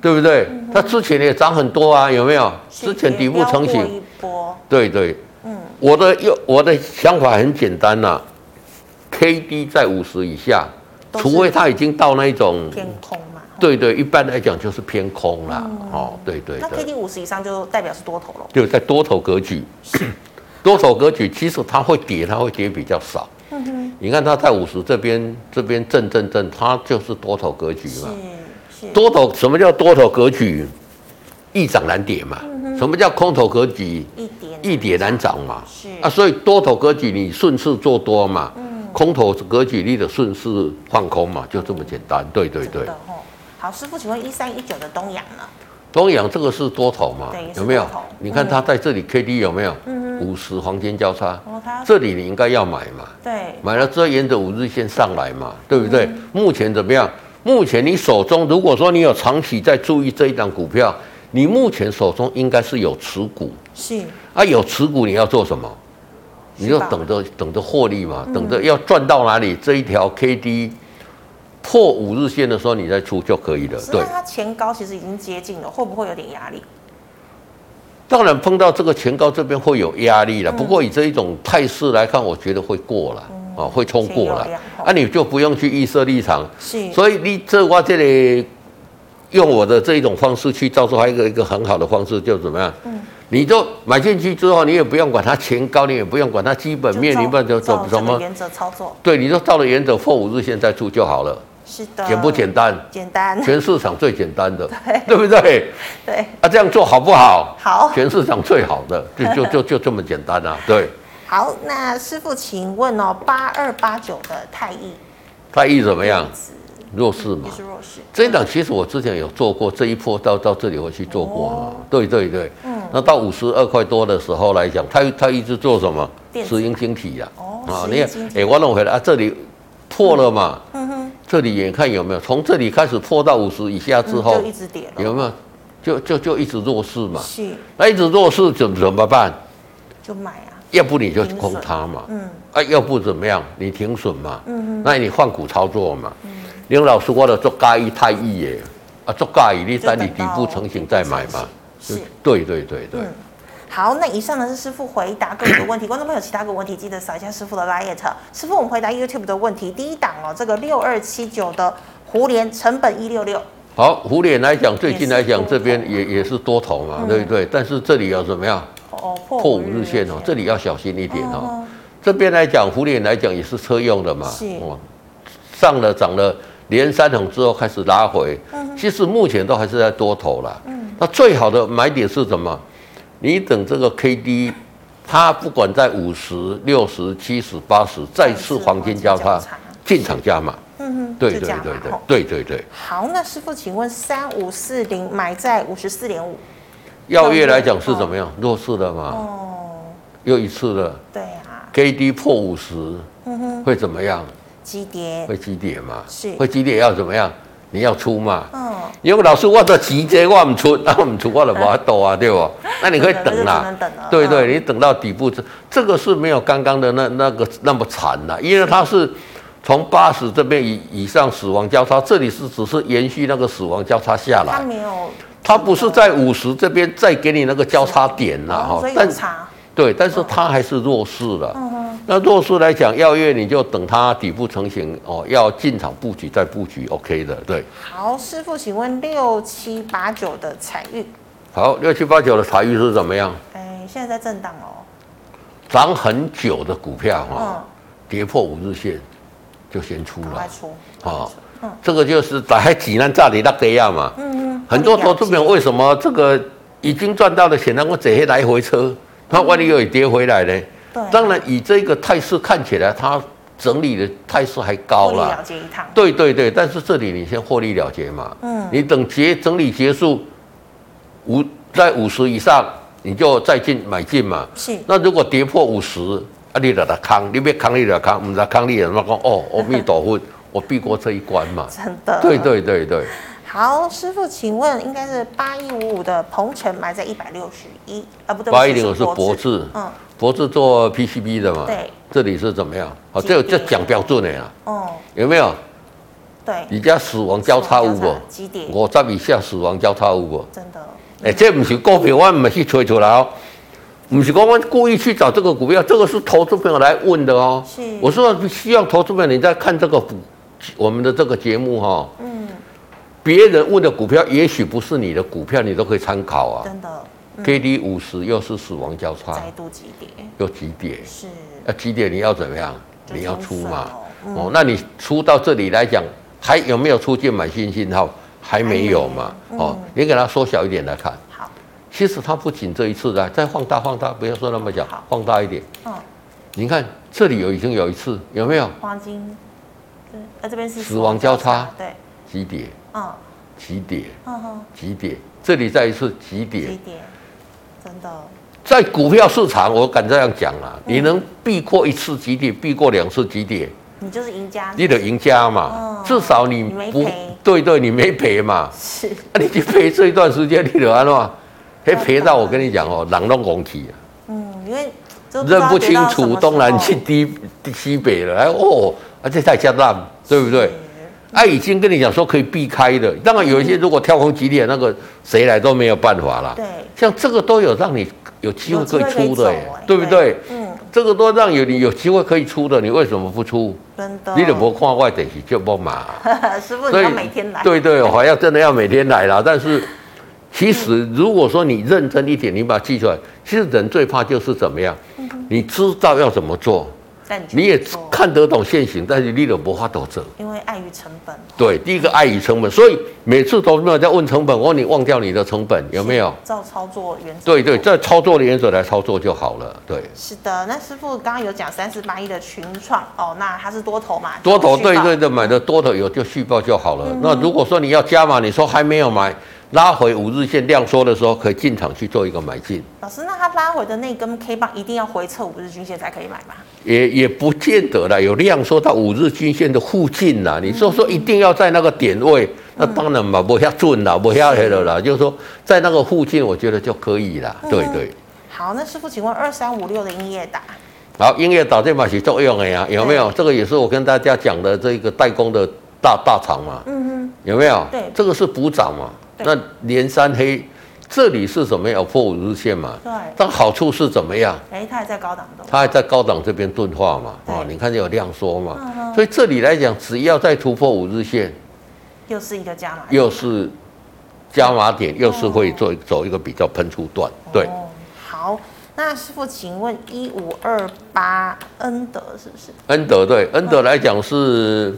Speaker 2: 对不对？它之前也涨很多啊，有没有？
Speaker 1: 是，
Speaker 2: 之前底部成
Speaker 1: 也飙
Speaker 2: 型
Speaker 1: 过，一波，
Speaker 2: 对对，嗯，我的又我的想法很简单呐、k D 在五十以下，
Speaker 1: 都是
Speaker 2: 除非它已经到那一种，
Speaker 1: 偏空嘛。
Speaker 2: 对对，一般来讲就是偏空啦，哦，对对
Speaker 1: 嗯那 K
Speaker 2: 对，
Speaker 1: D 五十以上就代表是多头了，
Speaker 2: 就在多头 格局，多头格局其实它会跌，它会跌比较少。
Speaker 1: 嗯
Speaker 2: 你看它在五十这边这边震震震，它就是多头格局嘛。
Speaker 1: 是是，
Speaker 2: 多头什么叫多头格局？易涨难跌嘛。
Speaker 1: 嗯
Speaker 2: 什么叫空头格局？
Speaker 1: 一点
Speaker 2: 一跌难涨嘛。
Speaker 1: 是
Speaker 2: 啊，所以多头格局你顺势做多嘛，
Speaker 1: 嗯
Speaker 2: 空头格局你得顺势放空嘛，就这么简单。对对对
Speaker 1: 真，的哦。好，师傅，请问一三一九的东阳呢？
Speaker 2: 东阳这个是多头嘛
Speaker 1: 对也，是
Speaker 2: 有没有
Speaker 1: 多头？嗯
Speaker 2: 你看它在这里 K D 有没有？五十黄金交叉，
Speaker 1: 哦，它
Speaker 2: 这里你应该要买嘛，
Speaker 1: 对
Speaker 2: 买了之后沿着五日线上来嘛，对不对？
Speaker 1: 嗯
Speaker 2: 目前怎么样？目前你手中如果说你有长期在注意这一档股票，你目前手中应该是有持股，
Speaker 1: 是
Speaker 2: 啊，有持股你要做什么？你就等着等着获利嘛，等着要赚到哪里这一条 K D 破五日线的时候，你再出就可以了。
Speaker 1: 是
Speaker 2: 呃
Speaker 1: 啊
Speaker 2: 对
Speaker 1: 那，它前高其实已经接近了，会不会有点压力？
Speaker 2: 当然碰到这个前高这边会有压力了，不过以这一种态势来看，我觉得会过了。哦，会冲过
Speaker 1: 需要
Speaker 2: 了
Speaker 1: 量，化
Speaker 2: 啊，你就不用去预设立场。
Speaker 1: 是，
Speaker 2: 所以你这我这里用我的这一种方式去造出来一个一个很好的方式，就怎么样？
Speaker 1: 嗯
Speaker 2: 你就买进去之后，你也不用管它前高，你也不用管它基本
Speaker 1: 就
Speaker 2: 面，
Speaker 1: 照
Speaker 2: 你不就
Speaker 1: 照
Speaker 2: 怎
Speaker 1: 这
Speaker 2: 怎
Speaker 1: 个
Speaker 2: 么？
Speaker 1: 原则操作，
Speaker 2: 对，你就照了原则，破五日线再出就好了，
Speaker 1: 是的，
Speaker 2: 简不简单？
Speaker 1: 简单，
Speaker 2: 全市场最简 单的，对不对？
Speaker 1: 对，
Speaker 2: 啊，这样做好不好？
Speaker 1: 好
Speaker 2: 全市场最好的，就就就就这么简单啊！对，
Speaker 1: 好，那师傅，请问哦，八二八九的太易
Speaker 2: 太易怎 么样？弱势嘛
Speaker 1: 也，是弱势，
Speaker 2: 这一档其实我之前有做过，这一波到到这里我去做过啊，
Speaker 1: 哦
Speaker 2: 对对对，
Speaker 1: 嗯
Speaker 2: 那到五十二块多的时候来讲，它它一直做什么？
Speaker 1: 电子
Speaker 2: 石英晶体呀、
Speaker 1: 哦
Speaker 2: 啊，
Speaker 1: 石
Speaker 2: 你
Speaker 1: 英
Speaker 2: 看
Speaker 1: 晶，体
Speaker 2: 哎、我弄回来啊，这里破了嘛，
Speaker 1: 嗯哼，
Speaker 2: 这里眼看有没有？从这里开始破到五十以下之
Speaker 1: 嗯
Speaker 2: 后
Speaker 1: 就，一直跌了，
Speaker 2: 有没有？就就就一直弱势嘛，
Speaker 1: 是
Speaker 2: 那一直弱势怎怎么办？
Speaker 1: 就买啊，
Speaker 2: 要不你就
Speaker 1: 停
Speaker 2: 空
Speaker 1: 损
Speaker 2: 它嘛，
Speaker 1: 嗯，
Speaker 2: 啊，要不怎么样？你停损嘛，嗯那你换股操作嘛。
Speaker 1: 嗯
Speaker 2: 林老师，我的做介意太易耶，啊，做介意你
Speaker 1: 就等
Speaker 2: 等
Speaker 1: 到
Speaker 2: 你底部成型再买嘛。
Speaker 1: 是。
Speaker 2: 对对对对，
Speaker 1: 嗯好，那以上呢是师傅回答各位的问题，观众朋友其他个问题记得扫一下师傅的 liet。师傅，我们回答 YouTube 的问题，第一档哦，这个六二七九的胡联成本一六六，
Speaker 2: 好，虎脸来讲，最近来
Speaker 1: 也
Speaker 2: 讲
Speaker 1: 是多头啊
Speaker 2: 这边也也是多头嘛，对不对？但是这里要怎么样？
Speaker 1: 哦，
Speaker 2: 破
Speaker 1: 破
Speaker 2: 五日线哦，这里要小心一点哦。
Speaker 1: 哦，
Speaker 2: 这边来讲，虎脸来讲也是车用的嘛
Speaker 1: 是，
Speaker 2: 哦，上了涨了连三红之后开始拉回，
Speaker 1: 嗯
Speaker 2: 其实目前都还是在多头啦。那最好的买点是什么？你等这个 K D，它不管在五十六十七十八十再次黄金交
Speaker 1: 再
Speaker 2: 叉
Speaker 1: 次黄金交叉
Speaker 2: 进场加码，
Speaker 1: 嗯哼，
Speaker 2: 对
Speaker 1: 就
Speaker 2: 对
Speaker 1: 这样
Speaker 2: 对
Speaker 1: 嘛
Speaker 2: 对
Speaker 1: 吼
Speaker 2: 对对对。
Speaker 1: 好，那师傅，请问三五四零买在五十四点五，
Speaker 2: 药业来讲是怎么样？弱势了嘛，
Speaker 1: 哦，
Speaker 2: 又一次了
Speaker 1: 对啊，
Speaker 2: ，K D 破五十
Speaker 1: 嗯哼，
Speaker 2: 会怎么样？
Speaker 1: 急跌，
Speaker 2: 会急跌嘛？
Speaker 1: 是
Speaker 2: 会急跌要怎么样？你要出嘛？
Speaker 1: 嗯，
Speaker 2: 因为老师我的急这我唔出， 啊唔出我就无多啊，对 不？那你可以等
Speaker 1: 那就只
Speaker 2: 啦
Speaker 1: 能等了，
Speaker 2: 对对，
Speaker 1: 嗯
Speaker 2: 你等到底部，这这个是没有刚刚的那那个那么惨啦，因为它是从八十这边以以上死亡交叉，这里是只是延续那个死亡交叉下
Speaker 1: 它
Speaker 2: 来，
Speaker 1: 没有，
Speaker 2: 它不是在五十这边再给你那个交叉点啦
Speaker 1: 哦
Speaker 2: 哈
Speaker 1: 所以，有
Speaker 2: 但
Speaker 1: 差，
Speaker 2: 对，但是它还是弱势了。
Speaker 1: 嗯哼，
Speaker 2: 那弱势来讲，耀月你就等它底部成型哦，要进场布局再布局，OK 的，对。
Speaker 1: 好，师傅，请问六七八九的彩玉，
Speaker 2: 好，六七八九的财运是怎么样？
Speaker 1: 哎，现在在震荡哦，
Speaker 2: 涨很久的股票哈、
Speaker 1: 嗯，
Speaker 2: 跌破五日线就先出
Speaker 1: 赶
Speaker 2: 了
Speaker 1: 快
Speaker 2: 啊、
Speaker 1: 出，
Speaker 2: 哦
Speaker 1: 嗯
Speaker 2: 这个就是打开济南炸里那个样嘛。
Speaker 1: 嗯嗯，
Speaker 2: 很多投资朋友为什么这个已经赚到了钱，然后这些来回车，那万一又跌回来呢？
Speaker 1: 对啊
Speaker 2: 当然，以这个态势看起来，它整理的态势还高
Speaker 1: 获利
Speaker 2: 了
Speaker 1: 了。结一趟，
Speaker 2: 对对对，但是这里你先获利了结嘛，
Speaker 1: 嗯
Speaker 2: 你等结整理结束，五在五十以上，你就再进买进嘛。
Speaker 1: 是，
Speaker 2: 那如果跌破五十，啊，你让它扛，你别扛，你让它扛，唔知扛你怎么讲？哦，阿弥陀佛， 我避过这一关嘛。
Speaker 1: 真的，
Speaker 2: 对。对对对，
Speaker 1: 好，师傅，请问应该是八一五五的鹏程买在一百六十一，啊，不对，
Speaker 2: 八一零是
Speaker 1: 博
Speaker 2: 博
Speaker 1: 智，
Speaker 2: 智，啊
Speaker 1: 嗯，
Speaker 2: 博智做 PCB 的嘛。
Speaker 1: 对，
Speaker 2: 这里是怎么样？好，这这讲标准的啦，
Speaker 1: 哦，
Speaker 2: 有没有？
Speaker 1: 对，
Speaker 2: 你家死亡交叉有无？
Speaker 1: 几点？
Speaker 2: 五十以下死亡交叉有无？
Speaker 1: 真的，
Speaker 2: 哎、这不是股票，我唔去吹出来哦，不是讲我故意去找这个股票，这个是投资朋友来问的哦。
Speaker 1: 是
Speaker 2: 我说希望投资朋友你在看这个股，我们的这个节目哈、哦，
Speaker 1: 嗯，
Speaker 2: 别人问的股票也许不是你的股票，你都可以参考啊。
Speaker 1: 真的
Speaker 2: K D 五十又是死亡交叉，
Speaker 1: 再度急跌，
Speaker 2: 又急跌，
Speaker 1: 是
Speaker 2: 啊，急跌你要怎么样？
Speaker 1: 就
Speaker 2: 你要出嘛？
Speaker 1: 停损哦
Speaker 2: 哦，那你出到这里来讲，还有没有出现买新信号？还没有嘛？
Speaker 1: 还没有嗯
Speaker 2: 哦，你给它缩小一点来看。
Speaker 1: 好，
Speaker 2: 其实它不仅这一次的，再放大放大，不要说那么小
Speaker 1: 好，
Speaker 2: 放大一点。
Speaker 1: 嗯，
Speaker 2: 你看这里有已经有一次，有没有
Speaker 1: 黄金，对，呃，这边是
Speaker 2: 死亡交叉
Speaker 1: 对，
Speaker 2: 急跌、
Speaker 1: 嗯
Speaker 2: 急跌、
Speaker 1: 嗯哼，
Speaker 2: 急跌？这里再一次急
Speaker 1: 几
Speaker 2: 跌，
Speaker 1: 点？真的，
Speaker 2: 在股票市场，我敢这样讲啦，
Speaker 1: 嗯
Speaker 2: 你能避过一次急跌，避过两次急跌，
Speaker 1: 你就是赢家，
Speaker 2: 你的赢家嘛
Speaker 1: 嗯哦，
Speaker 2: 至少你
Speaker 1: 你没
Speaker 2: 不
Speaker 1: 赔
Speaker 2: 对对，你没 赔嘛。
Speaker 1: 是
Speaker 2: 那你去赔这一段时间，你得安嘛？还赔到我跟你讲哦，狼都拱起。
Speaker 1: 嗯，因为就知道
Speaker 2: 认不清
Speaker 1: 跌到什
Speaker 2: 楚
Speaker 1: 么
Speaker 2: 东南
Speaker 1: 时
Speaker 2: 去
Speaker 1: 候
Speaker 2: 西西北了，哎哦，啊这太加大，对不对？
Speaker 1: 是
Speaker 2: 啊，已经跟你讲说可以避开的，当然有一些如果跳空急跌，那个谁来都没有办法啦。
Speaker 1: 对，
Speaker 2: 像这个都有让你有机会可以出的耶，对不对？
Speaker 1: 哎嗯，
Speaker 2: 这个都让有你有机会可以出的，你为什么不出？
Speaker 1: 真的，
Speaker 2: 你怎么看外等是就不嘛？
Speaker 1: 师傅你要每天来，
Speaker 2: 对对，我还要真的要每天来啦。 但是其实如果说你认真一点，你把它记出来，其实人最怕就是怎么样，
Speaker 1: 嗯
Speaker 2: 你知道要怎么做，
Speaker 1: 但你就
Speaker 2: 你也
Speaker 1: 不做
Speaker 2: 看得懂现行，但是你都不法躲着。
Speaker 1: 因为碍于成本，
Speaker 2: 对，第一个碍于成本，所以每次都没有在问成本，我问你忘掉你的成本有没有？
Speaker 1: 照操作原则？
Speaker 2: 对对，在操作的原则来操作就好了。对，
Speaker 1: 是的。那师傅刚刚有讲三四八一的群创哦，那它是多头嘛？
Speaker 2: 多头
Speaker 1: 就续
Speaker 2: 对
Speaker 1: 报
Speaker 2: 对，对，买的多头有就续报就好
Speaker 1: 嗯
Speaker 2: 了。那如果说你要加码，你说还没有买，拉回五日线量缩的时候，可以进场去做一个买进，
Speaker 1: 老师，那它拉回的那根 K 棒一定要回测五日均线才可以买吗？
Speaker 2: 也也不见得啦，有量缩到五日均线的附近啦。你说
Speaker 1: 嗯
Speaker 2: 说一定要在那个点位，那当然嘛，不要准啦，不要黑了啦，就是说在那个附近，我觉得就可以啦。对
Speaker 1: 嗯
Speaker 2: 对。
Speaker 1: 好，那师傅，请问二三五六的英业达，
Speaker 2: 好，音乐导电码起作用了呀，有没有？这个也是我跟大家讲的这个代工的大大厂嘛，
Speaker 1: 嗯
Speaker 2: 有没有？
Speaker 1: 对
Speaker 2: 这个是补涨嘛。
Speaker 1: 对
Speaker 2: 那连三黑，这里是什么？有破五日线嘛
Speaker 1: 哼，？对，
Speaker 2: 但好处是怎么样？
Speaker 1: 哎，它还在高档的，
Speaker 2: 它还在高档这边钝化嘛，
Speaker 1: 对
Speaker 2: 哦，你看有量缩
Speaker 1: 嗯
Speaker 2: 嘛，
Speaker 1: 哼
Speaker 2: 所以这里来讲，只要再突破五日线，
Speaker 1: 又是一个加码，
Speaker 2: 又是加码点，又是会做走一个比较喷出段，对。
Speaker 1: 嗯哦好，那师傅，请问一五二八恩德是不是？
Speaker 2: 恩德
Speaker 1: 嗯
Speaker 2: 对，恩德来讲是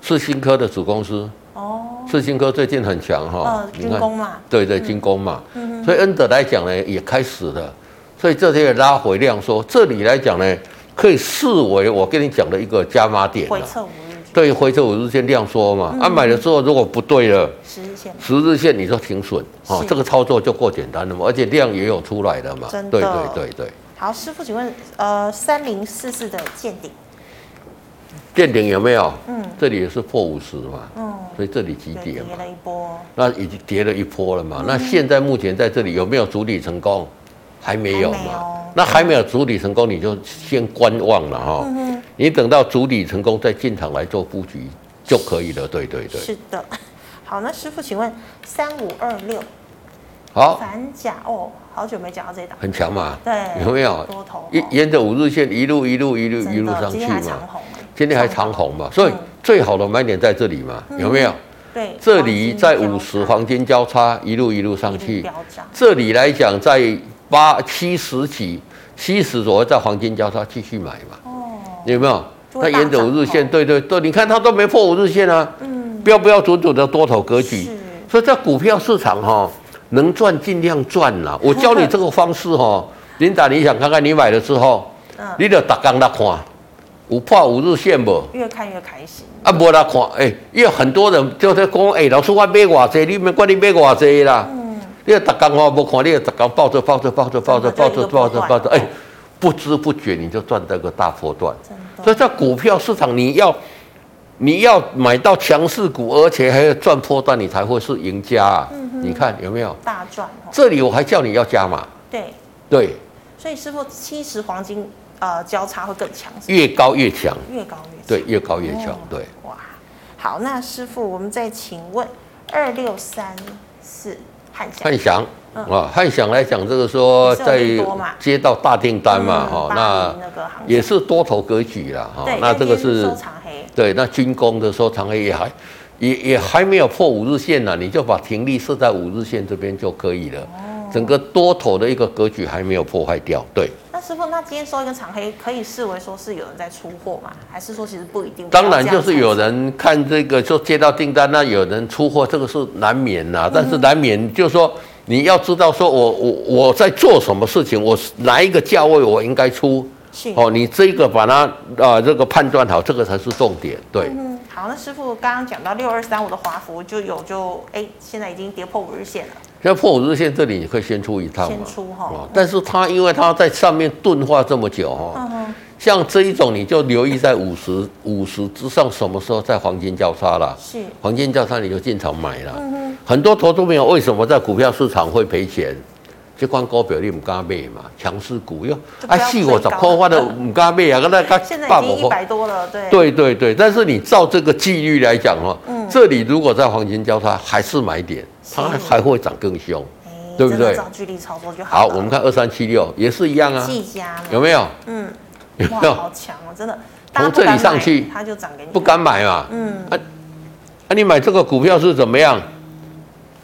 Speaker 2: 是新科的子公司，
Speaker 1: 哦，
Speaker 2: 世新科最近很强哈
Speaker 1: 呃，，
Speaker 2: 你
Speaker 1: 军
Speaker 2: 看，
Speaker 1: 工嘛，
Speaker 2: 对对，军工嘛，
Speaker 1: 嗯
Speaker 2: 所以恩德来讲呢也开始了，所以这些拉回量说，这里来讲呢可以视为我跟你讲的一个加码点啊
Speaker 1: 回
Speaker 2: 了。
Speaker 1: 测五日均
Speaker 2: 对，回撤五日线量缩嘛，
Speaker 1: 嗯
Speaker 2: 啊买了之后如果不对了，
Speaker 1: 十日线，
Speaker 2: 十日线你就停损，哦
Speaker 1: 是，
Speaker 2: 这个操作就够简单了嘛，而且量也有出来了嘛
Speaker 1: 真，的
Speaker 2: 对对对对，
Speaker 1: 好，师傅，请问呃三零四四的见顶，
Speaker 2: 见顶有没有？
Speaker 1: 嗯
Speaker 2: 这里也是破五十嘛，
Speaker 1: 嗯，
Speaker 2: 所以这里急
Speaker 1: 对，嗯
Speaker 2: 跌
Speaker 1: 跌
Speaker 2: 嘛，
Speaker 1: 了一波，
Speaker 2: 那已经跌了一波了嘛。那现在目前在这里有没有主理成功？还没有
Speaker 1: 还没有
Speaker 2: 嘛。那还没有主理成功，你就先观望了哈、
Speaker 1: 嗯
Speaker 2: 你等到主理成功再进场来做布局就可以了。对对
Speaker 1: 哼，
Speaker 2: 对。
Speaker 1: 是的。 好，那师傅，请问三五二六
Speaker 2: 好，
Speaker 1: 反甲哦，好久没讲到这一档，
Speaker 2: 很强嘛。
Speaker 1: 对，
Speaker 2: 有没有
Speaker 1: 哎多头哦？
Speaker 2: 一沿着五日线一路一路一路
Speaker 1: 真的
Speaker 2: 一路上
Speaker 1: 今
Speaker 2: 去
Speaker 1: 天还长
Speaker 2: 嘛。
Speaker 1: 红，欸
Speaker 2: 今天还长红嘛，所以
Speaker 1: 嗯
Speaker 2: 最好的买点在这里嘛，有没有？
Speaker 1: 对，
Speaker 2: 这里在五十
Speaker 1: 黄
Speaker 2: 黄金交叉一路一路上
Speaker 1: 金
Speaker 2: 去，
Speaker 1: 飙涨，
Speaker 2: 这里来讲，在八七十几、七十左右，在黄金交叉继续买嘛，
Speaker 1: 哦，
Speaker 2: 有没有？
Speaker 1: 就
Speaker 2: 那
Speaker 1: 会大
Speaker 2: 沿着五日线，
Speaker 1: 涨
Speaker 2: 对对对，你看它都没破五日线啊，
Speaker 1: 嗯，
Speaker 2: 标标准准的多头格局
Speaker 1: 是。
Speaker 2: 所以在股票市场哈、能赚尽量赚 啦。我教你这个方式哈、琳达，你想看看你买了之后，
Speaker 1: 嗯
Speaker 2: 你得打刚来看，有破五日线不？
Speaker 1: 越看越开心，
Speaker 2: 啊，无啦看，哎、因为很多人就在讲，哎、老师我买偌济，你免管你买偌济啦。
Speaker 1: 嗯，
Speaker 2: 你逐工我无看，你逐工抱着抱着抱着抱着抱着抱着抱着，哎、不知不觉你就赚到个大波段。
Speaker 1: 真
Speaker 2: 所以
Speaker 1: 的，
Speaker 2: 在股票市场，你要你要买到强势股，而且还要赚波段，你才会是赢家、啊。
Speaker 1: 嗯
Speaker 2: 你看有没有？
Speaker 1: 大赚哦，
Speaker 2: 这里我还叫你要加码，
Speaker 1: 对，
Speaker 2: 对，
Speaker 1: 所以师傅七十黄金呃交叉会更强，是
Speaker 2: 越高越强，
Speaker 1: 不是越高越强
Speaker 2: 嗯对，越高越强
Speaker 1: 哦，
Speaker 2: 对。
Speaker 1: 哇，好，那师傅，我们再请问二六三四汉翔
Speaker 2: 汉翔
Speaker 1: 嗯
Speaker 2: 啊，汉翔来讲，这个说在
Speaker 1: 也是有利多嘛
Speaker 2: 接到大订单嘛，哈、
Speaker 1: 嗯巴
Speaker 2: 那
Speaker 1: 黎那个航
Speaker 2: 也
Speaker 1: 是，
Speaker 2: 是多头格局啦，哈、
Speaker 1: 对，
Speaker 2: 那这个
Speaker 1: 今天
Speaker 2: 是
Speaker 1: 收藏黑，
Speaker 2: 对，那军工的收藏也还也也还没有破五日线呢、你就把停利设在五日线这边就可以了。整个多头的一个格局还没有破坏掉，对，
Speaker 1: 那师傅，那今天收一个长黑，可以视为说是有人在出货吗？还是说其实不一定？
Speaker 2: 当然就是有
Speaker 1: 人
Speaker 2: 人看这个就接到订单，那有人出货，这个是难免呐、但是难免就是说你要知道，说我我我在做什么事情，我哪一个价位我应该出，
Speaker 1: 是
Speaker 2: 哦，你这个把它啊、呃这个判断好，这个才是重点，对。
Speaker 1: 嗯，好，那师傅刚刚讲到六二三五的华孚就有就哎、现在已经跌破五日线了，
Speaker 2: 要破五日线这里，你可以先出一趟嘛，
Speaker 1: 先出哈
Speaker 2: 哦但是它因为它在上面钝化这么久哈、
Speaker 1: 嗯哼，
Speaker 2: 像这一种你就留意在五十五十之上，什么时候在黄金交叉啦？
Speaker 1: 是，
Speaker 2: 黄金交叉你就进场买啦。
Speaker 1: 嗯哼，
Speaker 2: 很多投资朋友为什么在股票市场会赔钱？这款股票你唔敢买嘛，强势股哟，
Speaker 1: 就不
Speaker 2: 啊
Speaker 1: 要追
Speaker 2: 四五十
Speaker 1: 高嗯
Speaker 2: 块我都唔敢买啊，那个
Speaker 1: 现在已经一百多了，对，，
Speaker 2: 对对对，但是你照这个纪律来讲哦，这里如果在黄金交叉还是买点，它
Speaker 1: 嗯是
Speaker 2: 还会涨更凶。
Speaker 1: 哎、你
Speaker 2: 对不
Speaker 1: 真的
Speaker 2: 对
Speaker 1: 照距离操作就
Speaker 2: 好，
Speaker 1: 好了。
Speaker 2: 我们看二三七六也是一样啊，
Speaker 1: 技嘉嘛
Speaker 2: 有没有？
Speaker 1: 嗯，
Speaker 2: 有
Speaker 1: 哇
Speaker 2: 没，有
Speaker 1: 好强哦，真的。大
Speaker 2: 从
Speaker 1: 家不
Speaker 2: 这里
Speaker 1: 敢
Speaker 2: 上
Speaker 1: 买
Speaker 2: 去
Speaker 1: 它就涨给你。
Speaker 2: 不敢买嘛？
Speaker 1: 嗯，
Speaker 2: 啊啊，你买这个股票是怎么样？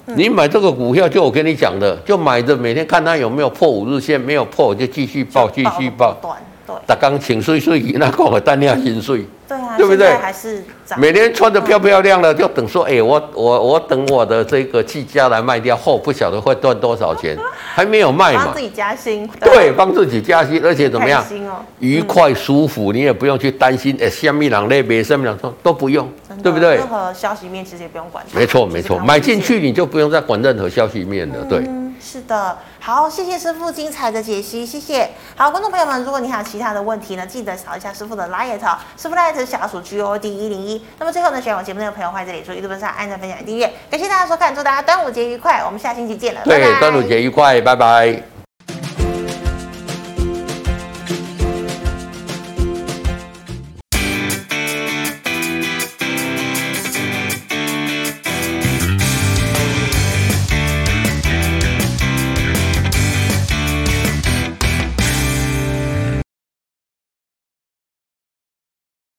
Speaker 1: 嗯
Speaker 2: 你买这个股票，就我跟你讲的，就买着每天看它有没有破五日线，没有破我就继续报，继续报。
Speaker 1: 短，对
Speaker 2: 大刚请睡睡，那跟我单量心睡，
Speaker 1: 对啊，
Speaker 2: 对不对
Speaker 1: 现在还是涨。
Speaker 2: 每天穿的漂漂亮的，就等说，哎、我我我等我的这个技嘉来卖掉后，不晓得会赚多少钱，还没有卖
Speaker 1: 帮
Speaker 2: 嘛
Speaker 1: 自。己加薪，
Speaker 2: 对，帮自己加薪，而且怎么样
Speaker 1: 开？心哦，
Speaker 2: 愉快舒服，你也不用去担心，哎、下面人类别下面人说都不用
Speaker 1: 真的，
Speaker 2: 对不对
Speaker 1: 任？何消息面其实也不用管它。
Speaker 2: 没错，
Speaker 1: 就是
Speaker 2: 没错，
Speaker 1: 看
Speaker 2: 买
Speaker 1: 文
Speaker 2: 进
Speaker 1: 件
Speaker 2: 去你就不用再管任何消息面了。对，
Speaker 1: 嗯，是的，好，谢谢师傅精彩的解析，谢谢。好，观众朋友们，如果你还有其他的问题呢，记得扫一下师傅的 liet，师傅 liet 是小老鼠 G O D 一零一。那么最后呢，喜欢我节目内容的朋友，欢迎在脸书、YouTube 上按赞、分享、订阅。感谢大家收看，祝大家端午节愉快，我们下星期见了，
Speaker 2: 对
Speaker 1: 拜拜，
Speaker 2: 端午节愉快，拜拜。